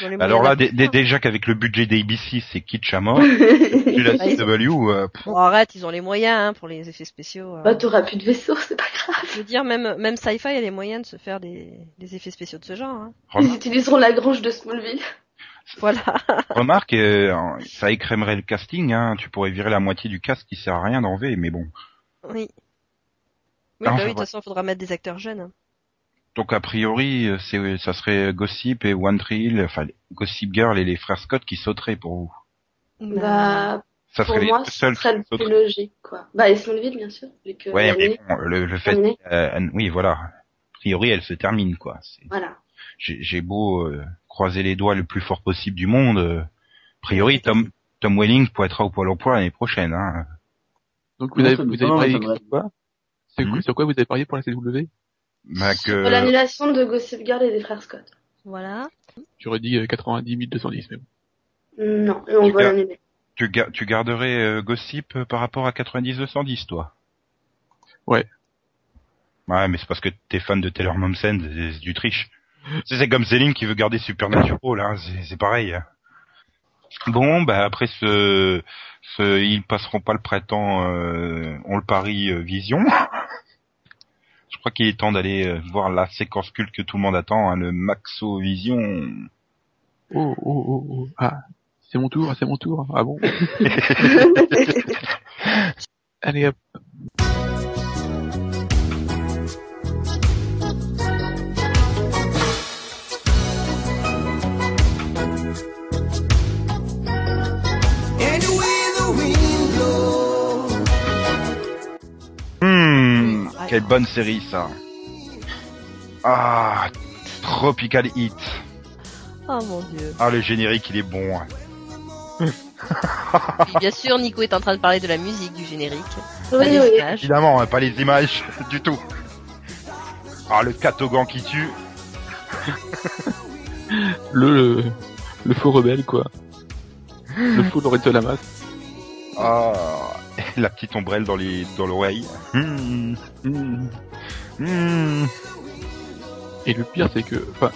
Speaker 9: Ils ont les moyens
Speaker 2: Alors là,
Speaker 9: d'acheter
Speaker 2: dé- dé-
Speaker 9: ça.
Speaker 2: déjà qu'avec le budget d'ABC, c'est kitsch à mort. Tu la
Speaker 8: Mm.
Speaker 9: Ah, ils ont-
Speaker 2: CW, euh, pff,
Speaker 9: Bon, arrête, ils ont les moyens hein, pour les effets spéciaux. euh.
Speaker 8: Bah, t'auras plus de vaisseau, c'est pas grave.
Speaker 9: Je veux dire, même, même sci-fi a les moyens de se faire des, des effets spéciaux de ce genre. Hein.
Speaker 8: Ils
Speaker 2: remarque,
Speaker 8: utiliseront la grange de Smallville.
Speaker 9: Voilà.
Speaker 2: remarque, euh, ça écrémerait le casting. Hein. Tu pourrais virer la moitié du cast qui sert à rien d'enlever, mais bon.
Speaker 9: Oui. Oui,
Speaker 2: Non,
Speaker 9: bah
Speaker 2: c'est
Speaker 9: oui, de toute
Speaker 2: vrai.
Speaker 9: façon, il faudra mettre des acteurs jeunes. hein.
Speaker 2: Donc a priori, euh, c'est ça serait Gossip et One Tree Hill, enfin Gossip Girl et les frères Scott qui sauteraient pour vous.
Speaker 8: Bah,
Speaker 2: Ça
Speaker 8: pour
Speaker 2: serait
Speaker 8: moi,
Speaker 2: les deux
Speaker 8: ce
Speaker 2: seuls qui
Speaker 8: serait le plus
Speaker 2: sauteraient.
Speaker 8: logique, quoi. Bah, et Smallville, bien sûr, vu que
Speaker 2: Ouais,
Speaker 8: l'année-
Speaker 2: mais bon, le, le fait,
Speaker 8: terminé.
Speaker 2: euh, oui, voilà. A priori, elle se termine quoi. C'est-
Speaker 8: voilà.
Speaker 2: j'ai j'ai beau euh, croiser les doigts le plus fort possible du monde, euh, a priori Tom Tom Welling pourrait être au Pôle Emploi l'année prochaine. Hein.
Speaker 7: Donc vous
Speaker 1: Non,
Speaker 7: avez,
Speaker 1: ça
Speaker 7: vous
Speaker 1: me
Speaker 7: avez
Speaker 1: semble,
Speaker 7: parié
Speaker 1: ça me
Speaker 7: sur quoi C'est
Speaker 2: Mhm.
Speaker 7: Sur quoi vous avez parié pour la CW
Speaker 2: Bah, que-
Speaker 8: Pour l'annulation de Gossip Girl et des frères Scott.
Speaker 9: Voilà.
Speaker 7: J'aurais dit euh, 90 210, mais bon.
Speaker 8: Non, et on
Speaker 2: Tu
Speaker 8: va
Speaker 2: gardes-
Speaker 8: l'annuler.
Speaker 2: tu, ga- tu garderais euh, Gossip euh, par rapport à 90-210, toi
Speaker 7: Ouais.
Speaker 2: Ouais, mais c'est parce que t'es fan de Taylor Momsen, c'est c'est du triche. C'est c'est comme Céline qui veut garder Supernatural, hein, c'est- c'est pareil. Bon, bah après ce, ce, ils passeront pas le printemps, euh, on le parie euh, Vision. Je crois qu'il est temps d'aller euh, voir la séquence culte que tout le monde attend, hein, le Maxo Vision.
Speaker 7: Oh, oh, oh, oh. Ah, c'est mon tour, ah, c'est mon tour. Ah bon Allez hop.
Speaker 2: Hmm, quelle bonne série ça. Ah, Tropical Heat.
Speaker 9: Oh mon dieu.
Speaker 2: Ah, le générique, il est bon. hein.
Speaker 9: Puis, bien sûr, Nico est en train de parler de la musique du générique. Pas
Speaker 8: Oui,
Speaker 9: des
Speaker 8: oui.
Speaker 9: images.
Speaker 2: Évidemment, hein, pas les images du tout. Ah, le catogan qui tue.
Speaker 7: Le, le, le faux rebelle, quoi. Le faux Lorenzo Lamas.
Speaker 2: Ah, la petite ombrelle dans les dans l'oreille. Hmm, hmm, hmm.
Speaker 7: Et le pire, c'est que, enfin,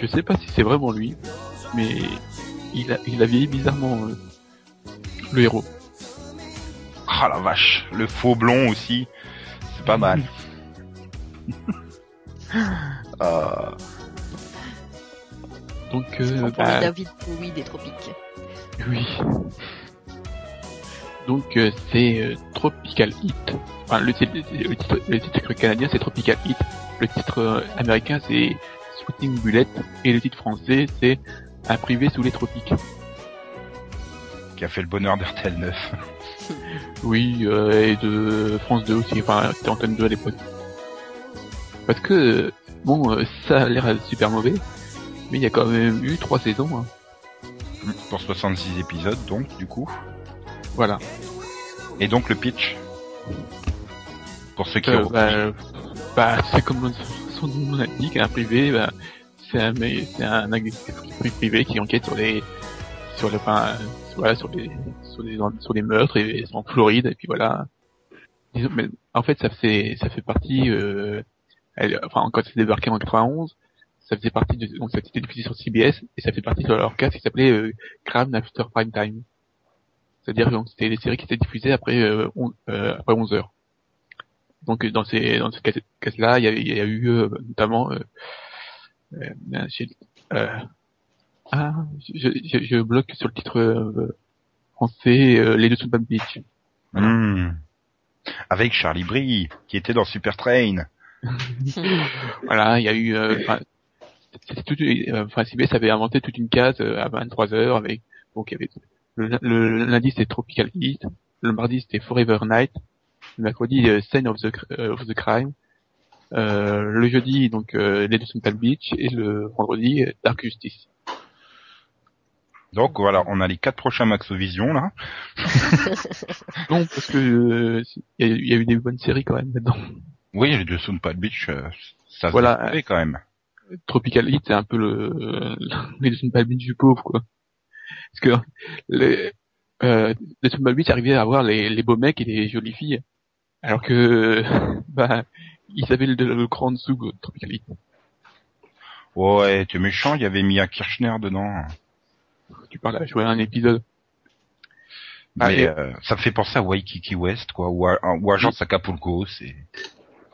Speaker 7: je sais pas si c'est vraiment lui, mais il a, il a vieilli bizarrement euh, le héros.
Speaker 2: Ah la vache, le faux blond aussi. C'est pas mal. Ah,
Speaker 7: Donc,
Speaker 9: On
Speaker 7: euh,
Speaker 9: prend
Speaker 7: bah,
Speaker 9: le David Bowie des tropiques.
Speaker 7: oui. Donc, euh, c'est euh, Tropical Hit. Enfin, le, titre- le titre, le titre canadien, c'est Tropical Hit. Le titre euh, américain, c'est Shooting Bullet. Et le titre français, c'est Un privé sous les tropiques.
Speaker 2: qui a fait le bonheur d'RTL 9.
Speaker 7: Oui, euh, et de France 2 aussi, enfin, c'était Antenne 2 à l'époque. Parce que, euh, bon, euh, ça a l'air super mauvais, mais il y a quand même eu trois saisons, hein.
Speaker 2: Pour 66 épisodes, donc, du coup.
Speaker 7: voilà.
Speaker 2: Et donc le pitch Pour ceux qui
Speaker 7: Euh,
Speaker 2: ont
Speaker 7: bah, bah, c'est comme le- son nom l'indique, un privé, bah, c'est un, mais c'est un agriculteur privé qui enquête sur les, sur le, enfin, euh, voilà, sur les, sur les, sur les meurtres et c'est en Floride et puis voilà. Disons, mais en fait, ça fait, ça fait partie, euh, elle- enfin, quand c'est débarqué en 91, ça faisait partie de, donc ça a été diffusé sur CBS et ça fait partie de leur case qui s'appelait euh, Crime After Prime Time. C'est-à-dire donc c'était les séries qui étaient diffusées après euh, on- euh, après 11 heures. Donc euh, dans ces dans ce cas- cas-là, il y a, il y a eu euh, notamment euh, euh, euh, j'ai- euh, ah je, je, je bloque sur le titre euh, français euh, les deux sous Palm Beach.
Speaker 2: Hmm. Avec Charlie Brie, qui était dans Super Train.
Speaker 7: Voilà, il y a eu euh, enfin, c'était tout euh, enfin CBS avait inventé toute une case euh, à 23 heures avec donc il y avait le, le lundi c'était Tropical Heat, le mardi c'était Forever Night, le mercredi euh, Scene of the Cr- euh, of the Crime, euh, le jeudi donc euh, les deux sont Palm Beach et le vendredi euh, Dark Justice.
Speaker 2: Donc voilà, on a les quatre prochains Maxovision là.
Speaker 7: Non parce que euh, il y, a- il y a eu des bonnes séries quand même dedans.
Speaker 2: Oui, les deux Sound Pad Beach, euh, ça se
Speaker 7: Voilà.
Speaker 2: fait quand même.
Speaker 7: Tropical Heat c'est un peu le les deux sont Palm Beach du pauvre quoi. Parce que les, euh, Deathloop Malbus arrivait à avoir les, les beaux mecs et les jolies filles, alors que bah ils avaient le, le cran en dessous de Tropicali.
Speaker 2: Ouais, t'es méchant, il y avait Mia Kirchner dedans.
Speaker 7: Tu parles à jouer à un épisode. Ah,
Speaker 2: Mais
Speaker 7: et-
Speaker 2: euh, ça me fait penser à Waikiki West, quoi, ou à, ou à Agence Acapulco, c'est...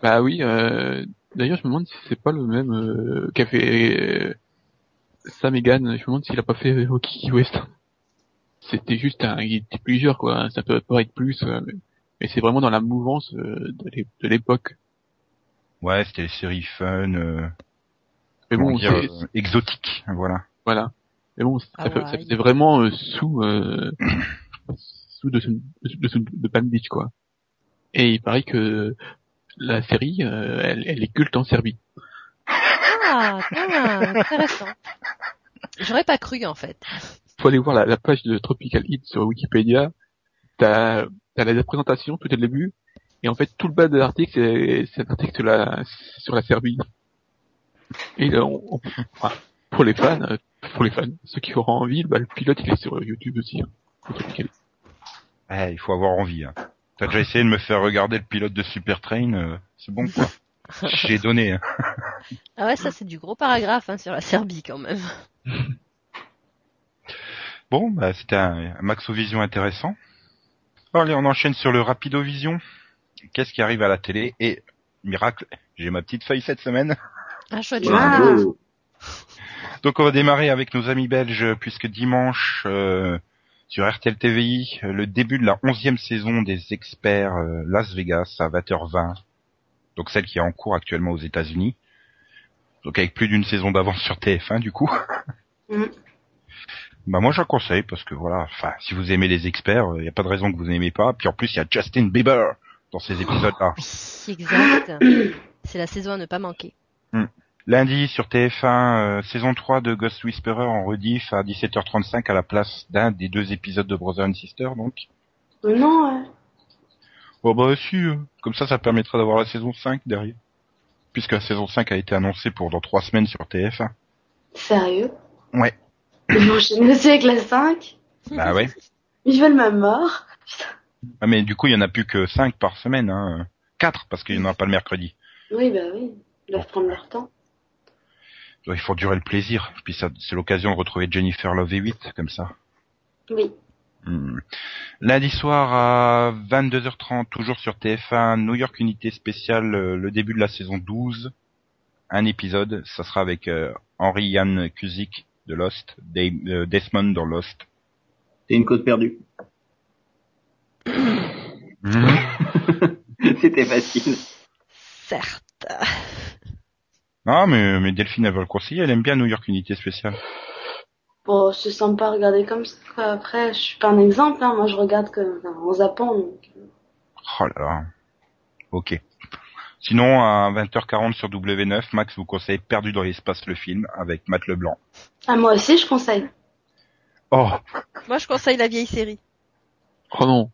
Speaker 7: Bah oui, euh, d'ailleurs, je me demande si c'est pas le même euh, qu'a fait euh, Sam Egan. Je me demande s'il a pas fait euh, Rocky West. C'était juste un il était plusieurs, quoi. Ça peut paraître plus, euh, mais, mais c'est vraiment dans la mouvance euh, de l'é- de l'époque.
Speaker 2: Ouais, c'était les séries fun, euh,
Speaker 7: Mais
Speaker 2: comment
Speaker 7: bon,
Speaker 2: dire,
Speaker 7: c'est-
Speaker 2: euh, exotique, voilà.
Speaker 7: voilà. Mais bon, ça,
Speaker 4: Hawaï.
Speaker 7: fait- ça faisait vraiment euh, sous euh, sous de, de, de, de Palm Beach, quoi. Et il paraît que la série, euh, elle, elle est culte en Serbie.
Speaker 9: Ah, tiens, intéressant. J'aurais pas cru en fait.
Speaker 7: faut aller voir la, la page de Tropical Hit sur Wikipédia. T'as as la présentation tout au début, et en fait tout le bas de l'article c'est c'est un article sur la, sur la Serbie. Et là, on- on- enfin, pour les fans, euh, pour les fans, ceux qui auront envie, bah, le pilote il est sur YouTube aussi. hein, de Tropical Hit.
Speaker 2: Ouais, il faut avoir envie. Hein. T'as déjà essayé de me faire regarder le pilote de Supertrain, euh, c'est bon, quoi. J'ai donné, hein.
Speaker 9: Ah ouais, ça c'est du gros paragraphe hein, sur la Serbie quand même.
Speaker 2: Bon, bah, c'était un, un Maxovision intéressant. Allez, on enchaîne sur le Rapidovision. Qu'est-ce qui arrive à la télé Et, miracle, j'ai ma petite feuille cette semaine.
Speaker 9: Un chouette jeu.
Speaker 8: Ah.
Speaker 1: Bravo.
Speaker 2: Donc on va démarrer avec nos amis belges, puisque dimanche, euh, sur RTL TVI, euh, le début de la onzième saison des experts euh, Las Vegas à 20h20. Donc celle qui est en cours actuellement aux États-Unis. Donc avec plus d'une saison d'avance sur TF1 du coup.
Speaker 8: Mhm.
Speaker 2: Bah moi je la conseille parce que voilà, enfin si vous aimez les experts, il n'y a pas de raison que vous n'aimez pas. Puis en plus il y a Justin Bieber dans ces épisodes-là.
Speaker 9: Oui, exact. C'est la saison à ne pas manquer.
Speaker 2: Lundi sur TF1, euh, saison 3 de Ghost Whisperer en rediff à 17h35 à la place d'un des deux épisodes de Brother and Sister, donc.
Speaker 8: Mais non, ouais.
Speaker 2: Oh bah si, euh, comme ça, ça permettra d'avoir la saison 5 derrière. Puisque la saison 5 a été annoncée pour dans trois semaines sur TF1.
Speaker 8: Sérieux
Speaker 2: Ouais.
Speaker 8: Ils m'enchaînent aussi avec la 5.
Speaker 2: Bah ouais.
Speaker 8: Ils veulent ma mort.
Speaker 2: Ah, mais du coup, il y en a plus que 5 par semaine, hein. 4 parce qu'il n'y en a pas le mercredi.
Speaker 8: Oui, bah oui. Ils doivent prendre leur temps.
Speaker 2: Donc, il faut durer le plaisir. Puis ça, c'est l'occasion de retrouver Jennifer Love et 8, comme ça.
Speaker 8: Oui.
Speaker 2: Hmm. Lundi soir à 22h30, toujours sur TF1, New York Unité spéciale, euh, le début de la saison 12. Un épisode, ça sera avec euh, Henry Yann Kuzik de Lost, Dame- euh, Desmond dans Lost.
Speaker 1: C'est une cause perdue. C'était facile.
Speaker 9: Certes.
Speaker 2: Ah, mais, mais Delphine, elle veut le conseiller, elle aime bien New York Unité spéciale.
Speaker 8: Bon, je sens pas regarder comme ça. quoi. Après, je suis pas un exemple. Hein. Moi, je regarde que, enfin, en zappant. donc.
Speaker 2: Oh là là. Ok. Sinon, à 20h40 sur W9, Max vous conseille Perdu dans l'espace le film avec Matt Leblanc.
Speaker 8: Ah, moi aussi, je conseille.
Speaker 2: Oh,
Speaker 9: Moi je conseille la vieille série.
Speaker 7: Oh non,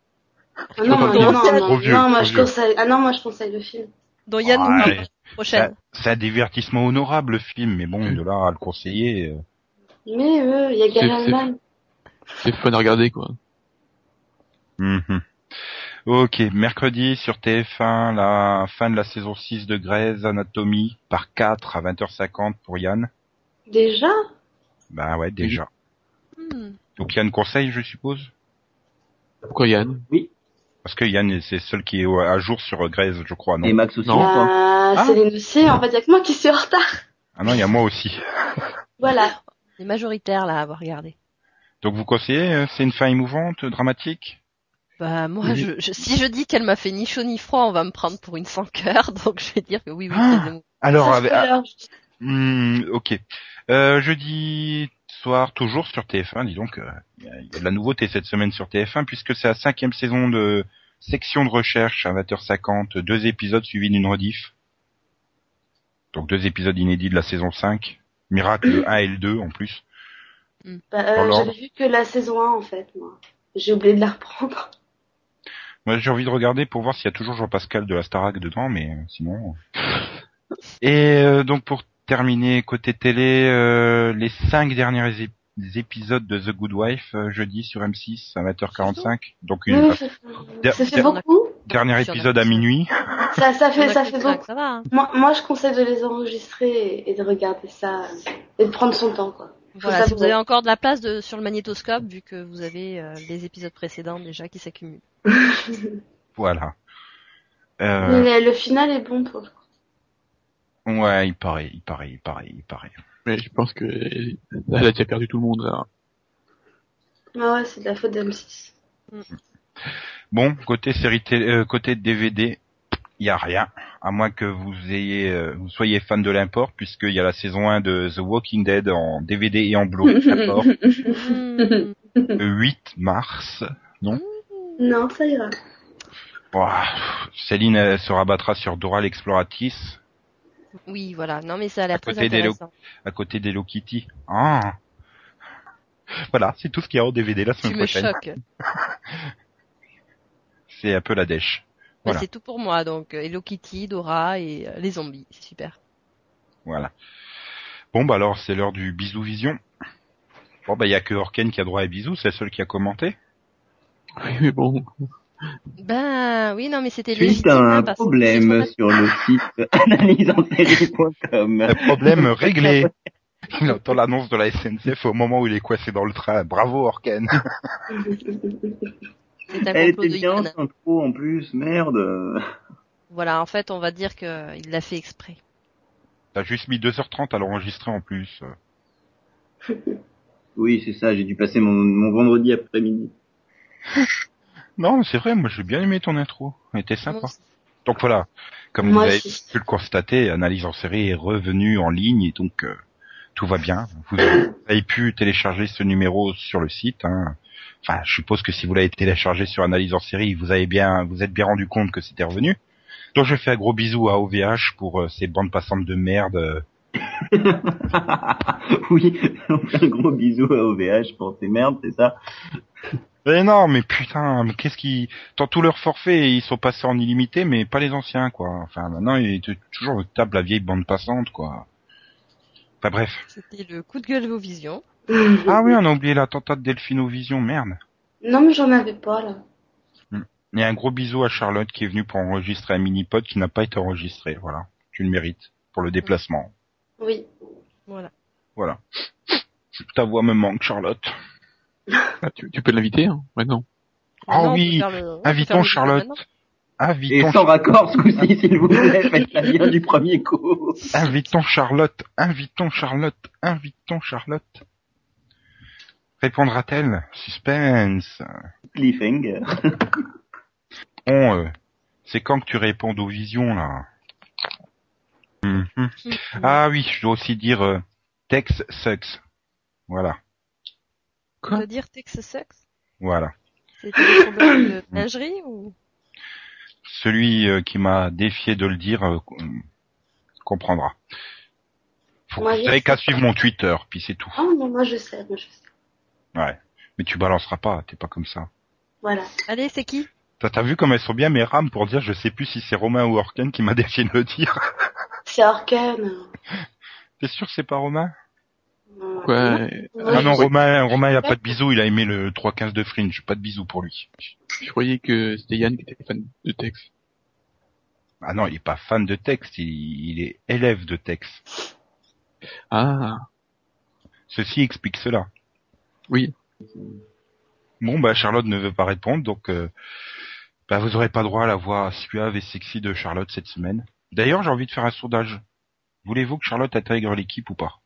Speaker 8: Ah non,
Speaker 7: Trop
Speaker 8: non,
Speaker 7: vieux,
Speaker 8: non, non,
Speaker 2: trop
Speaker 8: non,
Speaker 2: vieux,
Speaker 8: non, moi
Speaker 2: trop
Speaker 8: je
Speaker 2: vieux.
Speaker 8: conseille. Ah non, moi je conseille le film.
Speaker 9: Dont Yann nous
Speaker 2: Ouais.
Speaker 9: parle la prochaine.
Speaker 2: C'est un divertissement honorable le film, mais bon, de là à le conseiller. euh,
Speaker 8: Mais euh, il y a Gary
Speaker 7: C'est- c'est-
Speaker 8: Oldman.
Speaker 7: c'est fun à regarder, quoi.
Speaker 2: mhm. Ok, mercredi sur TF1, la fin de la saison 6 de Grey's Anatomy par 4 à 20h50 pour Yann.
Speaker 8: Déjà
Speaker 2: Bah ouais, déjà.
Speaker 9: Hmm.
Speaker 2: Donc Yann conseille, je suppose
Speaker 7: Pourquoi Yann
Speaker 2: Parce que Yann, c'est seul qui est au- à jour sur euh, Grey's, je crois, non
Speaker 1: Et Max aussi,
Speaker 7: Non.
Speaker 1: je crois.
Speaker 8: Bah,
Speaker 2: Ah.
Speaker 8: Céline aussi, en fait, il y a que moi qui suis en retard.
Speaker 2: Ah non, il y a moi aussi.
Speaker 8: Voilà.
Speaker 9: Les majoritaires là à avoir regardé.
Speaker 2: Donc vous conseillez, euh, c'est une fin émouvante, dramatique
Speaker 9: Bah moi je, je- si je dis qu'elle m'a fait ni chaud ni froid, on va me prendre pour une sans cœur, donc je vais dire que oui oui.
Speaker 2: Ah.
Speaker 9: c'est de-
Speaker 2: Alors,
Speaker 8: Ça, je
Speaker 2: avec- ah,
Speaker 8: peux leur-
Speaker 2: Hmm, ok. Euh, jeudi soir, toujours sur TF1, dis donc, euh, il y, a- il y a de la nouveauté cette semaine sur TF1, puisque c'est la cinquième saison de section de recherche à 20h50, deux épisodes suivis d'une rediff. Donc deux épisodes inédits de la saison 5. Miracle le 1 et le 2 en plus.
Speaker 8: Bah, euh,
Speaker 2: Dans l'ordre.
Speaker 8: J'avais vu que la saison 1, en fait, moi. J'ai oublié de la reprendre.
Speaker 2: Moi j'ai envie de regarder pour voir s'il y a toujours Jean-Pascal de la Starac dedans, mais euh, sinon... euh. Et euh, donc pour terminer, côté télé, euh, les cinq derniers ép- des épisodes de The Good Wife euh, jeudi sur M6 à 20h45. Donc
Speaker 8: Oui,
Speaker 2: une,
Speaker 8: oui, ça fait-
Speaker 2: Der-
Speaker 8: ça fait
Speaker 2: der-
Speaker 8: beaucoup.
Speaker 2: dernier
Speaker 4: Sur
Speaker 2: épisode à
Speaker 4: M6.
Speaker 2: minuit.
Speaker 8: Ça, ça
Speaker 4: Il y
Speaker 8: fait,
Speaker 4: en a
Speaker 8: ça
Speaker 4: qui
Speaker 8: fait
Speaker 4: craquent,
Speaker 8: beaucoup.
Speaker 4: Ça va. hein.
Speaker 8: Moi, moi, je conseille de les enregistrer et- et de regarder ça euh, et de prendre son temps, quoi.
Speaker 9: Voilà,
Speaker 8: ça
Speaker 9: si
Speaker 8: vous-
Speaker 9: vous avez encore de la place de, sur le magnétoscope, vu que vous avez euh, les épisodes précédents déjà qui s'accumulent.
Speaker 2: Voilà. Euh,
Speaker 8: Mais le final est bon pour le coup.
Speaker 2: ouais, il paraît, il paraît, il paraît, il paraît.
Speaker 7: Mais je pense que elle a déjà perdu tout le monde. Là.
Speaker 8: Ah ouais, c'est de la faute d'M6.
Speaker 2: Bon, côté série télé, euh, côté DVD, il y a rien, à moins que vous ayez, euh, vous soyez fan de l'import, puisqu'il y a la saison 1 de The Walking Dead en DVD et en Blu-ray l'import,
Speaker 9: Hmm.
Speaker 2: le 8 mars.
Speaker 8: Non, ça ira.
Speaker 2: Ouah, Céline elle se rabattra sur Dora l'exploratrice
Speaker 9: Oui, voilà. Non, mais ça a
Speaker 2: À
Speaker 9: l'air très
Speaker 2: côté des
Speaker 9: intéressant.
Speaker 2: à côté d'Hello Kitty. Ah. Voilà, c'est tout ce qu'il y a en DVD la
Speaker 9: Tu
Speaker 2: semaine
Speaker 9: me Bah,
Speaker 2: prochaine.
Speaker 9: choques.
Speaker 2: C'est un peu la dèche.
Speaker 9: Bah,
Speaker 2: Voilà.
Speaker 9: c'est tout pour moi. Donc, euh, Hello Kitty, Dora et euh, les zombies. C'est super.
Speaker 2: Voilà. Bon bah alors c'est l'heure du bisou vision. Bon bah il y a que Orken qui a droit à bisous, c'est le seul qui a commenté.
Speaker 7: Oui, mais bon.
Speaker 9: Ben oui, non, mais c'était
Speaker 1: Suite
Speaker 9: légitime.
Speaker 1: à
Speaker 9: hein,
Speaker 1: un
Speaker 9: parce que-
Speaker 1: problème sur le site analyseensérie.com.
Speaker 2: Un problème réglé. Il entend l'annonce de la SNCF au moment où il est coincé dans le train. Bravo Orken.
Speaker 9: C'est un
Speaker 1: Elle
Speaker 9: complot
Speaker 1: était
Speaker 9: de
Speaker 1: bien
Speaker 9: Yann.
Speaker 1: sans trop en plus, merde.
Speaker 9: Voilà, en fait, on va dire que il l'a fait exprès.
Speaker 2: T'as juste mis 2h30 à l'enregistrer en plus.
Speaker 1: Oui, c'est ça, j'ai dû passer mon, mon vendredi après-midi.
Speaker 2: Non, mais c'est vrai, moi j'ai bien aimé ton intro. Elle était sympa.
Speaker 9: Bon,
Speaker 2: Donc voilà, comme
Speaker 8: Moi
Speaker 2: vous avez
Speaker 8: aussi.
Speaker 2: pu le constater, Analyse en série est revenue en ligne et donc euh, tout va bien. Vous avez pu télécharger ce numéro sur le site. hein. Enfin, je suppose que si vous l'avez téléchargé sur Analyse en série, vous avez bien, vous êtes bien rendu compte que c'était revenu. Donc je fais un gros bisou à OVH pour euh, ces bandes passantes de merde. euh,
Speaker 1: oui, on fait un gros bisou à OVH pour ces merdes, c'est ça
Speaker 2: Mais non, mais putain, mais qu'est-ce qui... Dans tous leurs forfaits, ils sont passés en illimité, mais pas les anciens, quoi. Enfin, maintenant, ils te- toujours ils tapent la vieille bande passante, quoi. Enfin, bref.
Speaker 9: C'était le coup de gueule aux visions.
Speaker 8: Hmm.
Speaker 2: Ah oui, on a oublié l'attentat de Delphino Vision, merde.
Speaker 8: Non, mais j'en avais pas, là.
Speaker 2: Et un gros bisou à Charlotte qui est venue pour enregistrer un mini-pod qui n'a pas été enregistré, voilà. Tu le mérites, pour le déplacement.
Speaker 8: Oui.
Speaker 9: Voilà.
Speaker 2: Voilà. Ta voix me manque, Charlotte.
Speaker 7: Ah, tu, tu peux l'inviter hein maintenant.
Speaker 2: Ah
Speaker 9: Maintenant, on peut
Speaker 2: oui,
Speaker 9: faire le- on peut
Speaker 2: invitons
Speaker 9: faire le- Ah,
Speaker 2: Charlotte.
Speaker 9: maintenant.
Speaker 1: Et
Speaker 2: Invitons,
Speaker 1: sans raccord ce coup-ci, s'il vous plaît, faites la bien du premier coup.
Speaker 2: invitons Charlotte, invitons Charlotte, invitons Charlotte. Répondra-t-elle Suspense.
Speaker 1: Cliffhanger.
Speaker 2: Bon, euh, c'est quand que tu réponds aux visions, là Mhm. Ah oui, je dois aussi dire euh, Tex sucks. Voilà,
Speaker 9: On peut dire Texas Sex
Speaker 2: voilà.
Speaker 9: C'était le problème de lingerie ou
Speaker 2: celui euh, qui m'a défié de le dire euh, com- comprendra. Faut
Speaker 8: Moi,
Speaker 2: vous
Speaker 8: je
Speaker 2: savez
Speaker 8: sais
Speaker 2: qu'à
Speaker 8: pas.
Speaker 2: suivre mon Twitter, puis c'est tout.
Speaker 8: Ah, non, moi, je sais, moi, je sais.
Speaker 2: Ouais. Mais tu balanceras pas, t'es pas comme ça.
Speaker 8: Voilà.
Speaker 9: Allez, c'est qui
Speaker 2: T'as t'as vu comme elles sont bien mes rames pour dire je sais plus si c'est Romain ou Orken qui m'a défié de le dire.
Speaker 8: C'est Orken. hein.
Speaker 2: T'es sûr que c'est pas Romain
Speaker 8: Euh,
Speaker 7: Quoi
Speaker 8: non.
Speaker 7: euh,
Speaker 8: Ouais,
Speaker 2: Ah non,
Speaker 7: je,
Speaker 2: Romain, Romain il a pas de bisous, il a aimé le 3.15 de Fringe, pas de bisous pour lui.
Speaker 7: je croyais que c'était Yann qui était fan de Tex.
Speaker 2: Ah non, il est pas fan de texte, il, il est élève de texte.
Speaker 7: Ah,
Speaker 2: Ceci explique cela.
Speaker 7: oui.
Speaker 2: Bon, bah Charlotte ne veut pas répondre, donc euh, bah, vous aurez pas droit à la voix suave et sexy de Charlotte cette semaine. D'ailleurs, j'ai envie de faire un sondage. Voulez-vous que Charlotte intègre l'équipe ou pas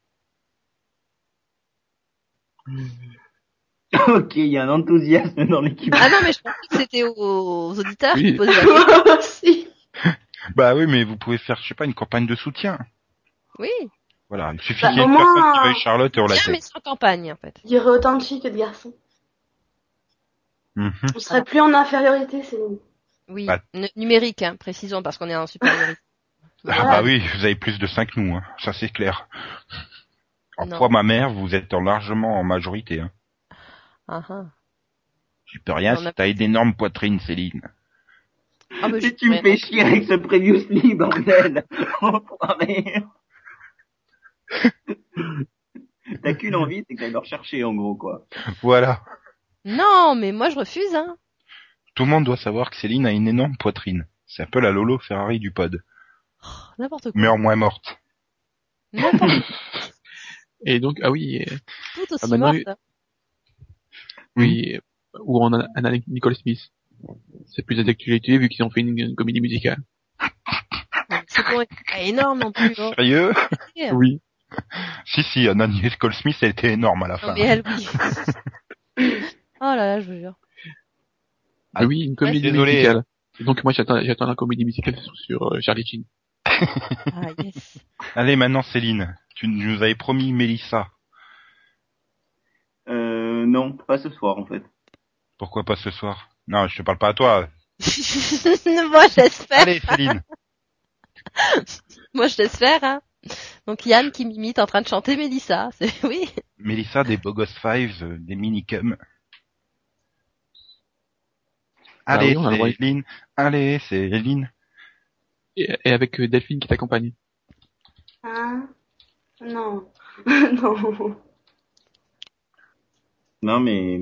Speaker 1: ok, il y a un enthousiasme dans l'équipe.
Speaker 9: Ah non, mais je pensais que c'était aux, aux auditeurs qui
Speaker 7: Oui.
Speaker 9: posaient la question.
Speaker 8: si.
Speaker 2: Bah oui, mais vous pouvez faire, je sais pas, une campagne de soutien.
Speaker 9: Oui,
Speaker 2: Voilà, il suffit
Speaker 8: Bah,
Speaker 2: qu'il y ait
Speaker 8: au
Speaker 2: une
Speaker 8: moins-
Speaker 2: personne qui veuille Charlotte et on la
Speaker 9: bien, mais
Speaker 2: fait.
Speaker 9: sans campagne, en fait.
Speaker 8: Il y aurait autant de filles que de garçons.
Speaker 2: Mhm.
Speaker 8: On serait plus en infériorité, c'est
Speaker 9: Oui,
Speaker 2: Bah.
Speaker 9: nu- numérique, hein, précisons, parce qu'on est en supériorité.
Speaker 2: Ah bah oui, vous avez plus de 5 nous, hein. ça c'est clair. En
Speaker 9: Non.
Speaker 2: proie ma mère, vous êtes en largement en majorité. Hein.
Speaker 9: Ah, ah.
Speaker 2: J'y peux rien
Speaker 9: On
Speaker 2: si
Speaker 9: a-
Speaker 2: t'as d'énormes poitrines, Céline.
Speaker 9: Ah, bah, je-
Speaker 1: Si tu me fais chier avec ce previously, bordel. Enfoiré. t'as qu'une envie, c'est que t'ailles le rechercher, en gros, quoi.
Speaker 2: Voilà.
Speaker 9: Non, mais moi je refuse, hein.
Speaker 2: Tout le monde doit savoir que Céline a une énorme poitrine. C'est un peu la Lolo Ferrari du pod.
Speaker 9: Oh, N'importe quoi.
Speaker 2: Mais en moins morte.
Speaker 9: N'importe
Speaker 7: Et donc, ah oui, et-
Speaker 9: tout aussi
Speaker 7: Ah,
Speaker 2: bah,
Speaker 7: maintenant,
Speaker 9: morte.
Speaker 7: oui, et- ou en un un avec Nicole Smith. C'est plus d'actualité vu qu'ils ont fait une, une comédie musicale.
Speaker 9: C'est pour- Ah, énorme en plus. hein.
Speaker 2: Sérieux
Speaker 9: Non,
Speaker 7: Oui.
Speaker 2: Si, si, Anna Nicole Smith, elle était énorme à la fin.
Speaker 9: mais elle, oui. Oh là là, je vous jure.
Speaker 7: Ah oui, une comédie
Speaker 2: Désolé.
Speaker 7: musicale. Et donc moi j'attends, j'attends la comédie musicale sur, sur, euh, Charlie Chin.
Speaker 9: Ah, yes.
Speaker 2: Allez, maintenant, Céline. Tu nous avais promis Mélissa.
Speaker 1: Euh, non, pas ce soir, en fait.
Speaker 2: Pourquoi pas ce soir Non, je te parle pas à toi.
Speaker 9: moi je laisse faire.
Speaker 2: Allez, Céline.
Speaker 9: Moi je laisse faire, hein. Donc Yann qui m'imite en train de chanter Mélissa. C'est... Oui.
Speaker 2: Mélissa des Bogos Fives, euh, des Minicum.
Speaker 7: Ah
Speaker 2: Allez,
Speaker 7: oui, on a le droit.
Speaker 2: Céline. Allez, Céline.
Speaker 7: Et, et avec euh, Delphine qui t'accompagne.
Speaker 8: Hein Non. non.
Speaker 1: Non, mais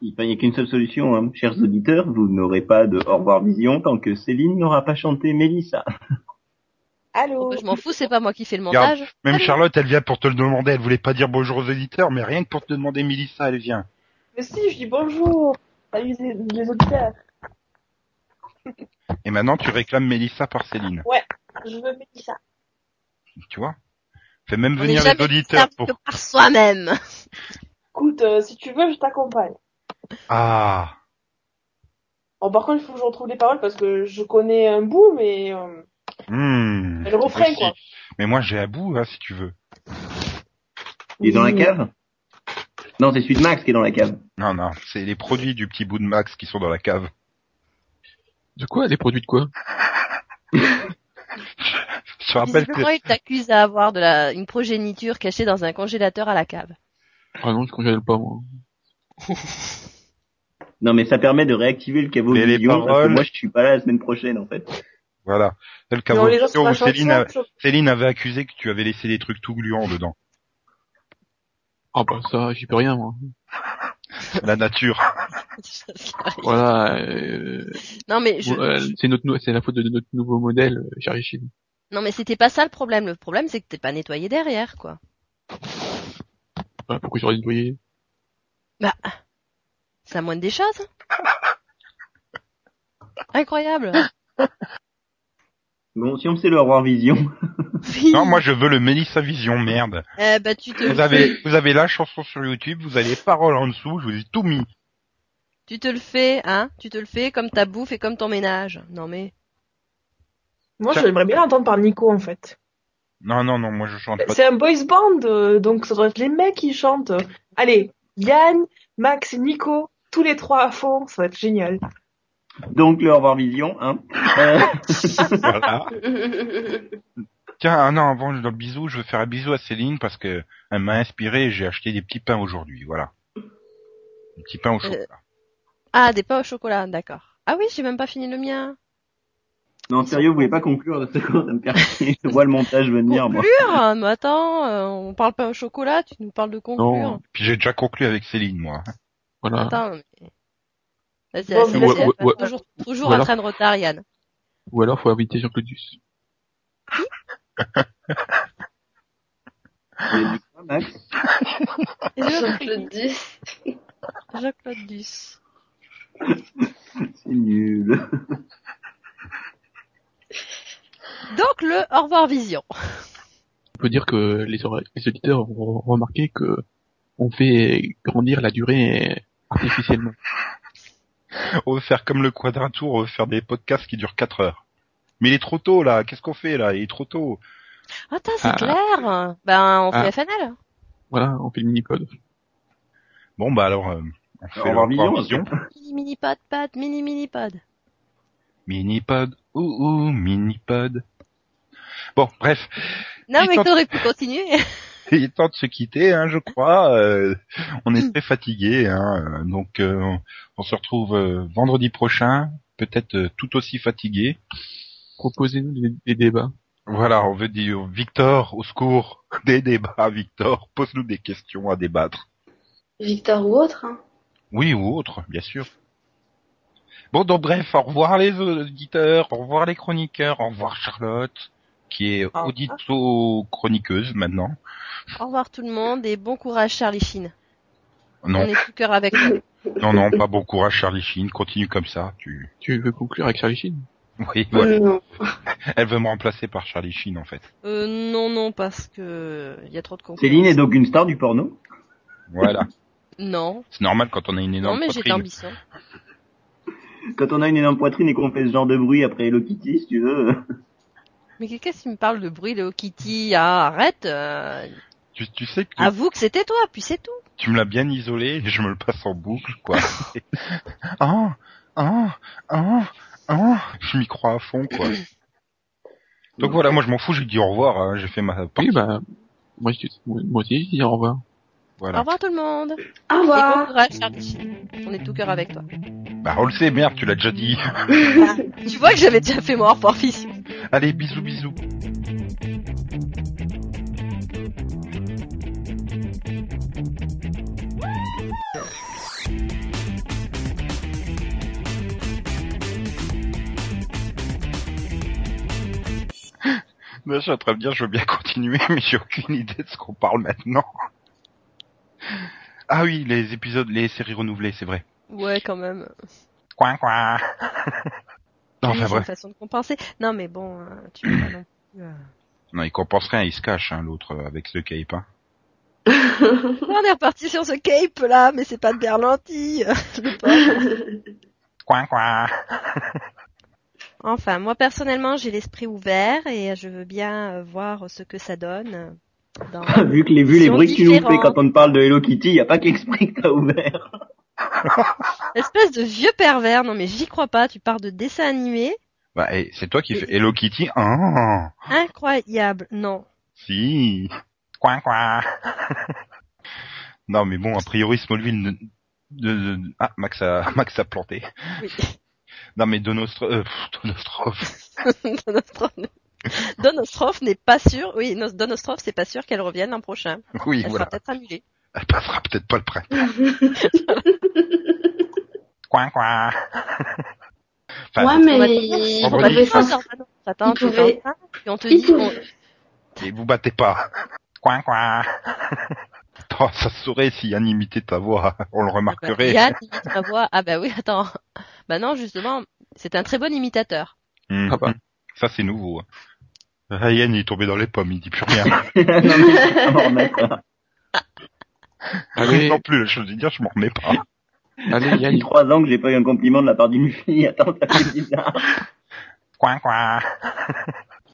Speaker 1: il n'y a qu'une seule solution, hein. chers auditeurs, vous n'aurez pas de au revoir vision tant que Céline n'aura pas chanté Mélissa.
Speaker 9: Bon,
Speaker 8: Allô
Speaker 9: bah, je m'en fous, c'est pas moi qui fais le
Speaker 2: Regarde,
Speaker 9: montage.
Speaker 2: Même
Speaker 9: Allez.
Speaker 2: Charlotte, elle vient pour te le demander. Elle voulait pas dire bonjour aux éditeurs, mais rien que pour te demander Mélissa, elle vient.
Speaker 8: Mais si, je dis bonjour. Salut les, les auditeurs.
Speaker 2: Et maintenant, tu réclames Mélissa par Céline.
Speaker 8: Je veux Mélissa.
Speaker 2: Tu vois Fais même
Speaker 9: On
Speaker 2: venir
Speaker 9: est jamais
Speaker 2: les auditeurs
Speaker 9: capable
Speaker 2: pour...
Speaker 9: que par soi-même.
Speaker 8: Écoute, euh, si tu veux, je t'accompagne.
Speaker 2: Ah
Speaker 8: Bon, par contre, il faut que je retrouve les paroles parce que je connais un bout, mais euh,
Speaker 2: Hmm.
Speaker 8: le refrain,
Speaker 2: Aussi.
Speaker 8: quoi.
Speaker 2: Mais moi, j'ai à bout, hein, si tu veux.
Speaker 1: Il est dans la cave Non, c'est celui de Max qui est dans la cave.
Speaker 2: Non, non, c'est les produits du petit bout de Max qui sont dans la cave.
Speaker 7: De quoi Des produits de quoi
Speaker 2: Je te rappelle que...
Speaker 9: Visiblement, il t'accuse à avoir de la... une progéniture cachée dans un congélateur à la cave.
Speaker 7: Ah non, je congèle pas moi.
Speaker 1: Non, mais ça permet de réactiver le caveau
Speaker 2: Mais les
Speaker 1: vision parce
Speaker 2: paroles-
Speaker 1: que moi je suis pas là la semaine prochaine, en fait.
Speaker 2: Voilà. C'est le
Speaker 8: Non, les gens
Speaker 2: cavotion
Speaker 8: sont
Speaker 2: où
Speaker 8: pas
Speaker 2: Céline, euh, a-
Speaker 8: chanceux.
Speaker 2: Céline avait accusé que tu avais laissé des trucs tout gluants dedans.
Speaker 7: Ah bah ça, j'y peux rien moi.
Speaker 2: La nature.
Speaker 7: Voilà. euh,
Speaker 9: non mais je...
Speaker 7: bon, euh, c'est notre nou- c'est la faute de notre nouveau modèle euh, Charlie Sheen.
Speaker 9: non mais c'était pas ça le problème. Le problème c'est que t'es pas nettoyé derrière quoi.
Speaker 7: Ah, pourquoi j'aurais nettoyé
Speaker 9: C'est la moindre des choses. hein. Incroyable.
Speaker 1: Bon, si on sait le au revoir vision,
Speaker 2: Non, moi, je veux le Mélissa Vision, merde.
Speaker 9: Eh ben, tu te,
Speaker 2: Vous avez, vous avez la chanson sur YouTube, vous avez les paroles en dessous, je vous ai tout mis.
Speaker 9: tu te le fais, hein Tu te le fais comme ta bouffe et comme ton ménage. Non mais.
Speaker 6: Moi,
Speaker 2: Tiens.
Speaker 6: j'aimerais bien l'entendre par Nico, en fait.
Speaker 2: Non, non, non, moi, je chante pas.
Speaker 6: C'est un boys band, euh, donc ça doit être les mecs qui chantent. Allez, Yann, Max et Nico, tous les trois à fond, ça va être génial.
Speaker 1: donc le au revoir vision, hein. Euh,
Speaker 2: Voilà. Tiens, ah non, avant dans le bisou, je veux faire un bisou à Céline parce que elle m'a inspiré et j'ai acheté des petits pains aujourd'hui, voilà. Des petits pains au chocolat.
Speaker 9: Ah, des pains au chocolat, d'accord. Ah oui, j'ai même pas fini le mien.
Speaker 1: non, sérieux, vous voulez pas conclure parce que ça me perd- Je vois le montage venir, moi.
Speaker 9: Conclure Mais attends, euh, on parle pain au chocolat, tu nous parles de conclure.
Speaker 7: Non.
Speaker 2: Puis j'ai déjà conclu avec Céline, moi.
Speaker 7: Voilà.
Speaker 9: Attends, mais... Vas-y,
Speaker 6: Bon,
Speaker 9: vas-y,
Speaker 6: mais-
Speaker 9: vas-y,
Speaker 6: ouais,
Speaker 9: vas-y,
Speaker 7: ouais,
Speaker 9: toujours, toujours
Speaker 7: Ou
Speaker 9: en
Speaker 7: alors-
Speaker 9: train de retard, Yann.
Speaker 7: Ou alors faut inviter Jean-Claudius.
Speaker 1: Vous avez dit quoi, Max
Speaker 8: Jean-Claude Duss.
Speaker 9: Jean-Claude Duss.
Speaker 1: C'est nul.
Speaker 9: Donc le au revoir vision.
Speaker 7: On peut dire que les, or- les auditeurs ont remarqué que on fait grandir la durée artificiellement.
Speaker 2: On veut faire comme le quadratour, on veut faire des podcasts qui durent 4 heures. Mais il est trop tôt, là. Qu'est-ce qu'on fait, là? Il est trop tôt.
Speaker 9: Attends, c'est
Speaker 7: Ah.
Speaker 9: clair. Ben on
Speaker 7: Ah.
Speaker 9: fait FNL.
Speaker 7: Voilà, on fait le mini-pod.
Speaker 2: Bon, bah, alors, euh, on fait
Speaker 1: Au revoir vision.
Speaker 2: vision.
Speaker 9: Mini mini pod pod mini mini pod.
Speaker 2: Minipod. Ouh, ouh, minipod. Bon, bref.
Speaker 9: Non
Speaker 2: Ils
Speaker 9: mais
Speaker 2: sont-
Speaker 9: t'aurais pu continuer.
Speaker 2: Il est temps de se quitter, hein, je crois. Euh, on est très fatigué, hein, euh, donc euh, on- on se retrouve euh, vendredi prochain, peut-être euh, tout aussi fatigué.
Speaker 7: Proposez-nous des, des débats.
Speaker 2: Voilà, on veut dire Victor, au secours, des débats, Victor, pose-nous des questions à débattre.
Speaker 8: Victor ou autre. Hein.
Speaker 2: Oui ou autre, bien sûr. Bon, donc bref, au revoir les auditeurs, au revoir les chroniqueurs, au revoir Charlotte, qui est
Speaker 6: revoir.
Speaker 2: audito-chroniqueuse maintenant.
Speaker 9: Au revoir tout le monde et bon courage Charlie Sheen. On
Speaker 2: Non,
Speaker 9: est tout cœur avec toi.
Speaker 2: non, non, pas bon courage Charlie Sheen, continue comme ça, tu...
Speaker 7: Tu veux conclure avec Charlie Sheen
Speaker 2: Oui, voilà.
Speaker 8: Non.
Speaker 2: elle veut me remplacer par Charlie Sheen en fait.
Speaker 9: Euh, non, non, parce que il y a trop de concurrence.
Speaker 1: Céline est donc une star du porno.
Speaker 2: Voilà,
Speaker 9: Non,
Speaker 2: c'est normal quand on a une
Speaker 9: non,
Speaker 2: énorme
Speaker 9: mais j'ai de
Speaker 2: poitrine.
Speaker 9: l'ambition.
Speaker 1: Quand on a une énorme poitrine et qu'on fait ce genre de bruit après Hello Kitty, si tu veux.
Speaker 9: Mais qu'est-ce qui me parle de bruit, Léo Kitty Ah, arrête euh,
Speaker 2: Tu, tu sais que
Speaker 9: Avoue que c'était toi, puis c'est tout.
Speaker 2: tu me l'as bien isolé et je me le passe en boucle, quoi. ah, ah, ah, ah, je m'y crois à fond, quoi. Donc voilà, moi je m'en fous, j'ai dit au revoir, hein, j'ai fait ma partie,
Speaker 7: Oui, bah, moi, je, moi aussi, je dis au revoir.
Speaker 9: Au
Speaker 2: voilà.
Speaker 9: revoir tout le monde.
Speaker 8: Au
Speaker 9: Et
Speaker 8: revoir.
Speaker 9: bon courage Charlie Sheen. On est tout cœur avec toi.
Speaker 2: Bah on le sait, merde, tu l'as déjà dit.
Speaker 9: Tu vois que j'avais déjà fait mon hors fils.
Speaker 2: Allez, bisous, bisous. Là, je suis en train de dire, je veux bien continuer, mais j'ai aucune idée de ce qu'on parle maintenant. Ah oui, les épisodes, les séries renouvelées, c'est vrai.
Speaker 9: Ouais, quand même.
Speaker 2: Coin, coin. Non,
Speaker 9: Oui,
Speaker 2: enfin
Speaker 9: c'est une
Speaker 2: bref.
Speaker 9: façon de compenser. Non, mais bon, euh, tu peux pas non plus. euh.
Speaker 2: Non, il compense rien, il se cache, hein, l'autre, euh, avec ce cape, hein.
Speaker 9: On est reparti sur ce cape là, mais c'est pas de Berlanti. Le pauvre.
Speaker 2: Coin, coin.
Speaker 9: Enfin, moi personnellement, j'ai l'esprit ouvert et je veux bien euh, voir ce que ça donne. Dans...
Speaker 1: vu que les vues, les
Speaker 9: Sont
Speaker 1: bruits que tu nous fais
Speaker 9: différents.
Speaker 1: quand on te parle de Hello Kitty, y a pas qu'esprit que t'as ouvert.
Speaker 9: Espèce de vieux pervers. Non, mais j'y crois pas. Tu pars de dessin animé.
Speaker 2: Bah, eh, c'est toi qui fais Hello Kitty. Ah,
Speaker 9: Incroyable. Non.
Speaker 2: si. Coin, coin. non, mais bon, a priori, Smallville ne... de- de- Ah, Max a, Max a planté.
Speaker 9: Oui.
Speaker 2: Non, mais Donostro, euh, pff, Donostrov.
Speaker 9: Donostrov n'est- Donostrov n'est pas sûr. Oui, no- Donostrov, c'est pas sûr qu'elle revienne l'an prochain.
Speaker 2: Oui,
Speaker 9: Elle
Speaker 2: voilà.
Speaker 9: sera peut-être annulée.
Speaker 2: Elle passera peut-être pas le printemps. coin, coin. Enfin,
Speaker 8: ouais,
Speaker 9: on va-
Speaker 8: mais
Speaker 9: on
Speaker 8: ils
Speaker 2: va-
Speaker 8: avaient
Speaker 9: Attends,
Speaker 8: fait
Speaker 9: attends, attends, attends, tu
Speaker 8: pouvaient-
Speaker 9: t'entends Puis on te
Speaker 8: Ils
Speaker 9: dit, on-
Speaker 8: pouvaient-
Speaker 2: Et vous battez pas. Coin, coin. Attends, ça se saurait si Yann imitait ta voix. On le remarquerait.
Speaker 9: Yann imite ma voix. Ah bah oui, attends. Bah non, justement, c'est un très bon imitateur.
Speaker 2: Mhm.
Speaker 7: Ah bah.
Speaker 2: Ça, c'est nouveau. hein. Ah, Yann, il est tombé dans les pommes, il dit plus rien.
Speaker 1: non, mais je vais pas m'en remettre.
Speaker 7: Allez,
Speaker 2: non plus, la chose de dire, je m'en remets pas.
Speaker 7: allez,
Speaker 1: Il y a
Speaker 7: Yann,
Speaker 1: trois ans que j'ai pas eu un compliment de la part d'une fille. Attends, ça fait bizarre.
Speaker 2: Coin, coin.